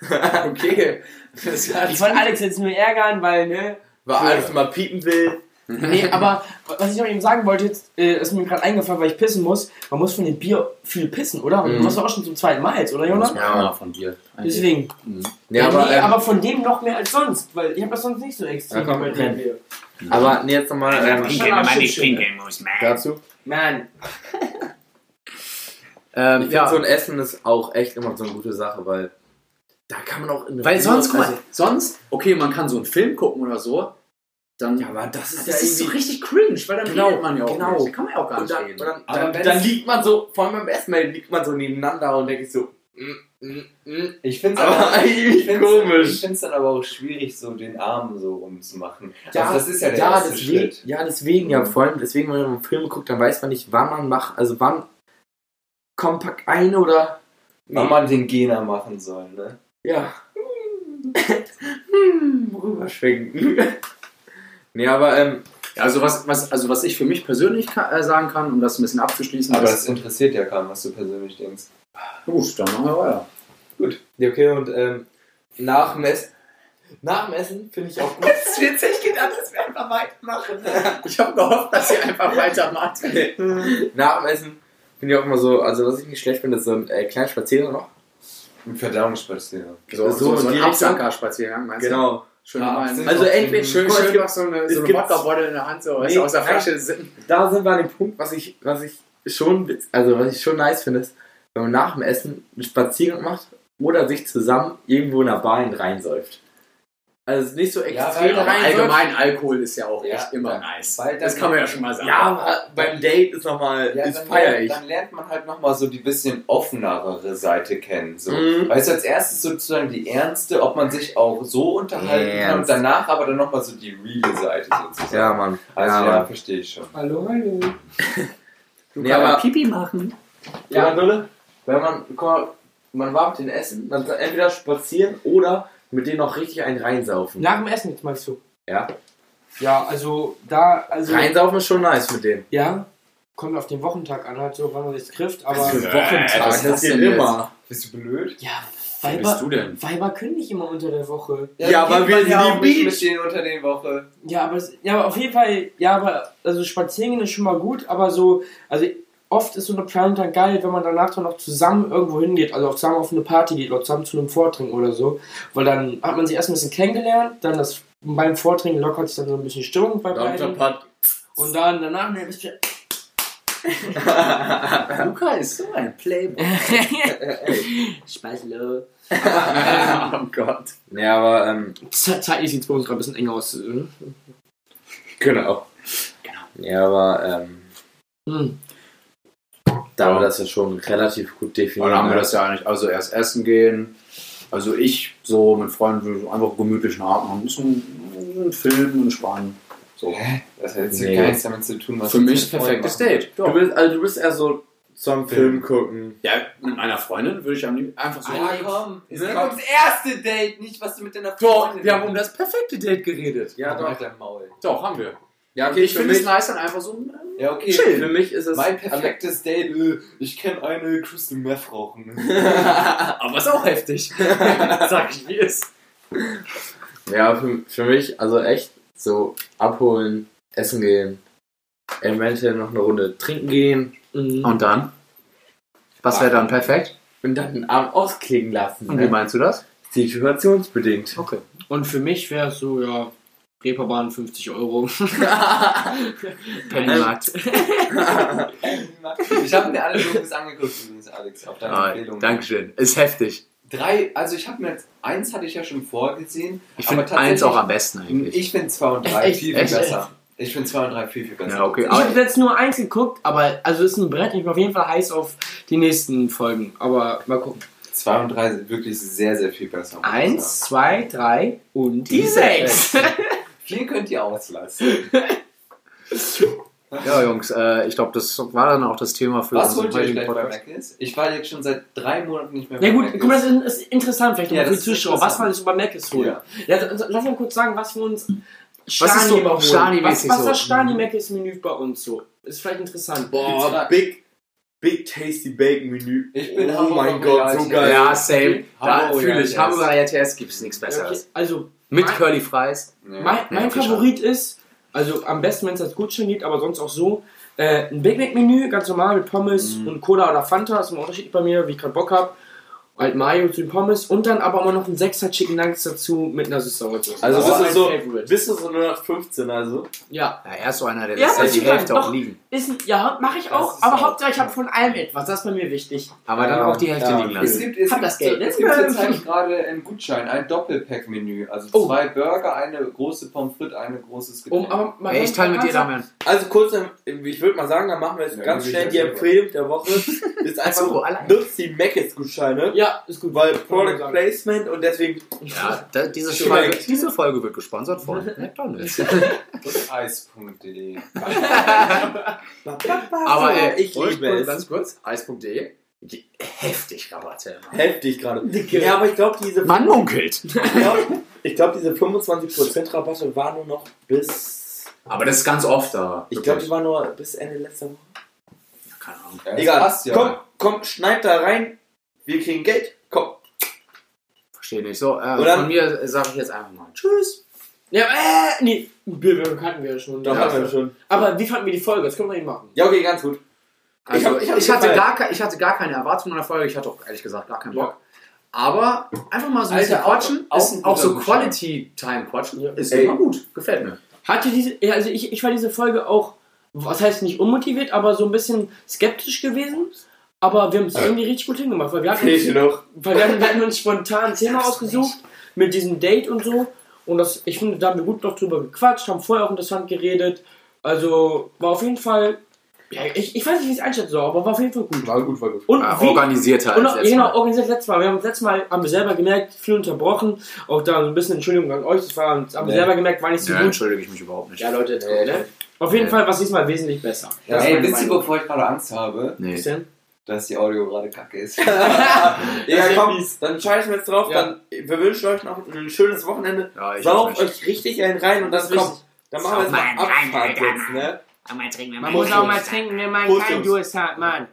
B: Okay. Das hat,
C: Ich wollte Alex jetzt nur ärgern, weil, ne?
A: Weil alles mal piepen will.
C: Nee, aber was ich noch eben sagen wollte, jetzt, äh, ist mir gerade eingefallen, weil ich pissen muss. Man muss von dem Bier viel pissen, oder?
A: Mhm.
C: Du machst doch auch schon zum zweiten Mal jetzt, oder, Jonas?
A: Ja.
B: Ja, von dir.
C: Deswegen.
A: Nee, aber.
C: nee,
A: ähm,
C: aber von dem noch mehr als sonst, weil ich habe das sonst nicht so extrem
A: Ja, komm,
C: mit
A: komm.
C: dem Bier.
A: Aber nee, jetzt nochmal ähm,
C: Pinkeln, wenn man nicht
H: pinkeln muss, man.
A: dazu.
C: Mann.
A: Ich
I: Ähm,
A: finde, so
I: ja,
A: ein Essen ist auch echt immer so eine gute Sache, weil da kann man auch in
I: weil sonst, guck mal,
A: Also,
B: Sonst, okay, man kann so einen Film gucken oder so. Dann,
A: ja, aber das
B: das
A: ist ja
B: ist so
A: irgendwie.
B: richtig cringe, weil dann
A: Genau,
B: redet man ja auch
A: genau.
B: nicht. Da kann man ja auch gar
A: und
B: nicht
A: dann,
B: reden.
A: und dann,
D: Aber
A: dann,
D: wenn
A: dann
D: es-
A: liegt man so, vor allem beim ersten Mal liegt man so nebeneinander und denkt sich so, mm, mm, mm.
D: Ich finde es
A: aber
D: Ich
A: <laughs> eigentlich
D: find's- Ich
A: komisch.
D: finde es dann aber auch schwierig, so den Arm so rumzumachen.
A: Ja,
D: also das ist ja der
A: ja,
D: erste
A: deswegen,
D: Schritt. Mhm.
A: ja, deswegen, ja, vor allem deswegen, wenn man einen Film guckt, dann weiß man nicht, wann man macht, also wann kompakt ein oder
D: Wann man den Gena machen soll, ne?
A: ja. <laughs> Hm, Rüberschwenken. <laughs> nee, aber ähm,
B: Also was, was, also was ich für mich persönlich ka- äh, sagen kann, um das ein bisschen abzuschließen,
D: Aber das
B: ist,
D: interessiert ja kaum, was du persönlich denkst.
B: gut, dann machen wir weiter.
A: ja, okay, und ähm, nach dem Essen, nach dem Essen finde ich auch gut.
B: Das ist witzig gedacht, dass wir einfach weitermachen. Ich habe gehofft, dass ihr einfach <laughs> weitermacht.
A: nach dem Essen finde ich auch immer so, also was ich nicht schlecht finde, ist so ein äh, kleiner Spaziergang noch. Also
D: Ein Verdauungsspaziergang.
B: So, so, so
A: in die
B: ein
A: Richtung.
B: Absankerspaziergang, meinst du?
A: Genau.
B: Schön
D: Ah,
B: mal
D: sind-
B: einen-
A: Also entweder
B: schön,
A: guck mal, es
B: schön
A: gibt-
B: noch so eine,
A: es
B: so eine
A: gibt-
B: Wodkabeutel in der Hand, so, weißt
A: Nee,
B: du, aus der
A: nein.
B: Flasche sitzen.
A: da sind wir an dem Punkt, was ich, was ich schon, witz- also was ich schon nice finde, ist, wenn man nach dem Essen einen Spaziergang macht oder sich zusammen irgendwo in einer Bar hin reinsäuft. Also es ist nicht so extrem
D: weil-
A: rein.
B: Allgemein, Alkohol ist ja auch
D: Ja,
B: echt immer
D: dann-
B: nice.
D: weil dann-
B: Das kann man ja schon mal sagen.
A: Ja, aber beim Date ist nochmal,
D: Ja,
A: ist
D: dann,
A: feier ich.
D: dann lernt man halt nochmal so die bisschen offenere Seite kennen. So.
A: Mhm.
D: Weißt du, als erstes sozusagen die ernste, ob man sich auch so unterhalten kann und
A: Ernst.
D: danach aber dann nochmal so die reale Seite sozusagen.
A: Ja, Mann.
D: also
A: ja,
D: ja,
A: Mann.
D: verstehe ich schon.
C: Hallo, hallo.
A: Du nee, aber,
I: Pipi machen.
A: ja, Nulle, wenn man, guck mal, man war mit den Essen, dann entweder spazieren oder mit denen noch richtig einen reinsaufen.
C: Nach dem Essen jetzt meinst du?
A: Ja.
C: Ja, also da, also.
A: Reinsaufen ist schon nice mit denen.
C: Ja, kommt auf den Wochentag an, halt so, wann man sich trifft, aber.
A: Für Wochentag,
B: was ist Äh, das denn jetzt?
D: Bist du blöd?
C: Ja,
B: Wer bist
C: Weiber,
B: du denn?
C: Weiber können nicht immer unter der Woche.
A: Ja, aber
D: geht
A: wir
D: man
A: sind
D: ja
A: die
D: auch nicht
A: Beach.
D: mit denen unter den Woche.
C: Ja, aber, es, ja, aber auf jeden Fall, ja, aber, also Spaziergänge ist schon mal gut, aber so, also oft ist so eine Planung dann geil, wenn man danach dann noch zusammen irgendwo hingeht, also auch zusammen auf eine Party geht oder zusammen zu einem Vortrinken oder so, weil dann hat man sich erst ein bisschen kennengelernt, dann das beim Vortrinken lockert sich dann so ein bisschen Stimmung bei beiden und dann danach ne, bist du
B: Äh, Luca ist so ein Playboy.
C: Speisele.
B: <laughs> oh Gott.
A: Ja, aber, ähm,
C: Ze- Zeitlich sieht es bei uns gerade ein bisschen eng aus. ne?
A: Genau. Ja, aber ähm,
C: Hm.
A: da wir
B: Ja.
A: das ja schon relativ gut
B: Ja,
A: definiert
B: dann haben wir das ja eigentlich. Also erst essen gehen. Also ich so mit Freunden so einfach gemütlichen Abend machen. Ein bisschen einen Film entspannen. So.
D: Hä? Das hat jetzt
A: Nee.
D: gar nichts damit zu tun, was
B: Für
D: wir
B: mich
D: mit Freunden
B: perfektes
D: machen.
B: Date.
A: Du
B: Ja.
A: bist, also du bist eher so zum Film gucken.
B: Ja, mit meiner Freundin würde ich am liebsten einfach so.
D: Ja, komm. Es
A: Ne?
D: kommt das erste Date, nicht was du mit deiner
B: Doch,
D: Freundin
B: wir haben um das perfekte Date geredet.
A: Ja,
D: doch. Halt dein Maul.
B: Doch, haben wir.
A: Ja,
B: ich finde es nice, dann einfach so.
D: Ja, okay.
B: Chill.
A: für mich ist es
D: Mein perfektes Date, äh, ich kenne eine Crystal Meth rauchen.
C: <laughs>
B: Aber ist auch <laughs> heftig. Sag ich, wie ist.
A: Ja, für, für mich, also echt so abholen, essen gehen, eventuell noch eine Runde trinken gehen
C: Mhm.
B: Und dann? Was wäre dann perfekt?
A: und dann den Abend ausklingen lassen.
B: Und wie Oh,
A: Ne?
B: meinst du das?
A: Situationsbedingt.
B: Okay.
C: Und für mich wäre es so, ja, Reeperbahn 50 <laughs> Euro. Also,
B: Pennymarkt.
D: ich habe mir alle Dokus angeguckt, übrigens, Alex, auf deine
B: Ah,
D: Empfehlung.
B: Dankeschön. Ist heftig.
D: Drei, also ich habe mir jetzt, eins hatte ich ja schon vorgesehen.
B: Ich
D: aber
B: finde
D: tatsächlich-
B: eins
D: Hm,
B: auch am besten eigentlich.
D: Ich finde zwei und drei
C: Echt?
D: viel, viel
B: Echt?
D: besser. Ich finde zwei und drei viel, viel besser.
B: ja, okay.
C: Ich
B: Aber
C: habe jetzt nur eins geguckt, aber also ist ein Brett. Ich bin auf jeden Fall heiß auf die nächsten Folgen. Aber mal gucken.
D: Zwei und drei sind wirklich sehr, sehr viel besser. muss ich
C: Eins,
D: sagen.
C: zwei, drei und die <laughs>
D: sechs.
C: sechs.
B: <laughs>
D: Viel könnt ihr auslassen.
B: Ja, Jungs, äh, ich glaube, das war dann auch das Thema für
D: Was
B: unseren
D: wollt ihr
B: heutigen
D: gleich bei
B: Podcast.
D: Macis? Ich war jetzt schon seit drei Monaten nicht mehr
C: Na
D: bei
C: gut,
D: Macis.
C: guck mal, das ist, ist interessant vielleicht
D: Ja,
C: ja, für die
D: das ist
C: Zuschauer. Was
D: interessant.
C: wir uns über Mac ist holen. Ja. also, lass mal kurz sagen, was wir uns
B: ist so
C: mal holen. was,
B: Stani-mäßig
C: was
B: so?
C: das Stani Mac ist Menü bei uns so? Ist vielleicht interessant.
D: Boah,
A: Oh, Big, big Tasty Bacon Menü.
D: Ich bin
A: oh mein Gott, so geil.
B: Ja, same. Da
D: Hamburger
B: fühle ich.
D: RTS.
B: Hamburger RTS gibt es nichts
C: Okay,
B: Besseres.
C: also
B: Mit
C: Mein-
B: Curly Fries.
C: mein, mein
B: okay,
C: Favorit ist, also am besten, wenn es als Gutschein gibt, aber sonst auch so, äh, ein Big Mac Menü, ganz normal mit Pommes und Cola oder Fanta, ist immer unterschiedlich bei mir, wie ich gerade Bock habe. Halt Mayo zu den Pommes und dann aber immer noch ein 6er Chicken Nuggets dazu mit einer Süßsauersoße.
A: Also
C: Das
A: bist
C: ist
A: du,
C: mein
A: so,
C: Favorite.
A: bist du so 015, also?
C: Ja,
B: Ja, er ist so einer, der
C: Ja,
B: lässt ja
C: das
B: die
C: ist klar,
B: Hälfte auch
C: doch.
B: liegen.
C: Ist, ein- ja, mache ich
D: Das
C: auch,
D: ist
C: aber
D: auch-
C: Hauptsache ich habe von allem etwas. Das ist bei mir wichtig.
B: Aber dann auch die Hälfte
A: ja,
B: liegen
A: okay.
D: Es
B: lassen.
D: gibt, es
C: Hab
D: gibt,
C: das Geld ne?
D: es
C: nicht
D: gibt
C: mehr.
D: zurzeit gerade einen Gutschein, ein Doppelpack-Menü. Also
C: Oh.
D: zwei Burger, eine große Pommes frites, ein großes Getränk.
C: Um, aber man
B: Ey, ich teile mit dir
C: damit.
B: damit.
A: Also kurz, ich würde mal sagen, dann machen wir jetzt
D: Ja,
A: ganz
D: dann will ich
A: schnell
D: das
A: die
D: selber.
A: Empfehlung der <laughs> Woche. ist einfach,
B: so, allein.
A: nutzt die Macis-Gutscheine,
C: Ja, ist gut.
A: weil
C: Kann man
A: Product
C: sagen.
A: Placement und deswegen
C: <laughs>
B: Ja, da, diese,
A: Schmeckt.
B: Folge, diese Folge wird gesponsert von
D: <laughs>
B: McDonalds.
D: Und Eis.de.
B: Aber äh,
A: ich
B: und,
A: liebe
B: und
A: es.
B: ganz kurz, eis.de, die- heftig Rabatte.
A: heftig gerade. Ja, aber ich glaube, diese,
B: Man munkelt.
A: ich glaub, ich glaub, diese 25% Rabatte war nur noch bis,
B: Aber das ist ganz oft da.
A: ich glaube, die war nur bis Ende letzter Woche.
B: Keine Ahnung.
D: Ja, das
A: Egal,
D: passt ja.
A: komm, komm, schneid da rein, wir kriegen Geld, komm.
B: Verstehe nicht. So, äh,
A: Oder-
B: von mir sage ich jetzt einfach mal Tschüss.
C: Ja, äh, nee, Bewerbung hatten wir ja schon.
A: Da
B: Ja.
A: haben wir schon.
C: Aber wie fanden wir die Folge? Das können wir nicht machen.
A: Ja, okay, ganz gut.
B: Also, ich,
A: hab- ich hab
B: hatte
A: gefallen.
B: gar, ke- ich hatte gar keine Erwartungen an der Folge. Ich hatte auch ehrlich gesagt gar keinen Bock. Aber einfach mal so ein bisschen
D: Alter, auch-
B: quatschen.
D: auch
B: ist,
D: ein
B: auch so
D: guter Gutschein.
B: Quality-Time quatschen.
C: Ja.
B: Ist
A: Ey.
B: immer gut. Gefällt mir.
C: Hatte diese, ja, also ich, ich war diese Folge auch, was heißt nicht unmotiviert, aber so ein bisschen skeptisch gewesen. Aber wir haben es irgendwie richtig gut hingemacht, weil wir hatten,
A: Fehlt dir noch.
C: weil wir hatten, wir hatten uns spontan ein Thema ausgesucht mit diesem Date und so. Und das, ich finde, da haben wir gut noch drüber gequatscht, haben vorher auch interessant geredet. Also war auf jeden Fall, ja, ich, ich weiß nicht, wie ich es einschätzen soll, aber war auf jeden Fall gut.
A: War gut, war gut.
C: Und
B: Ja,
C: wie,
B: organisierter
C: Und
B: als
C: auch,
B: letztes
C: genau,
B: Mal.
C: organisiert letztes Mal. Wir haben letztes Mal haben wir selber gemerkt, viel unterbrochen. Auch da so ein bisschen Entschuldigung an euch, das war, haben wir
D: Nee.
C: selber gemerkt, war nicht so
B: Ja,
C: gut.
B: entschuldige ich mich überhaupt nicht.
C: Ja, Leute,
A: Nee,
C: ne? Auf jeden
B: Nee.
C: Fall war es diesmal wesentlich besser.
D: Ja,
C: Das ist
D: Ey,
C: meine
D: wisst ihr,
C: Meinung.
D: wovor ich gerade Angst habe?
C: Was
B: Nee.
C: denn?
D: Dass die Audio gerade kacke ist.
A: Ja, komm, dann scheißen wir jetzt drauf,
C: Ja.
A: dann wir wünschen euch noch ein schönes Wochenende.
B: Ja, ich
A: Sauft
B: auch nicht.
A: euch richtig einen rein und das
C: Richtig.
A: kommt. Dann machen wir jetzt
J: Sauft
A: mal
J: mal einen rein,
A: Abfahrt
J: Alter.
A: jetzt, ne?
J: Einmal trinken wir
C: Man
J: mal
C: muss auch mal trinken, wenn man
A: keinen
C: keinen Durst hat, Mann.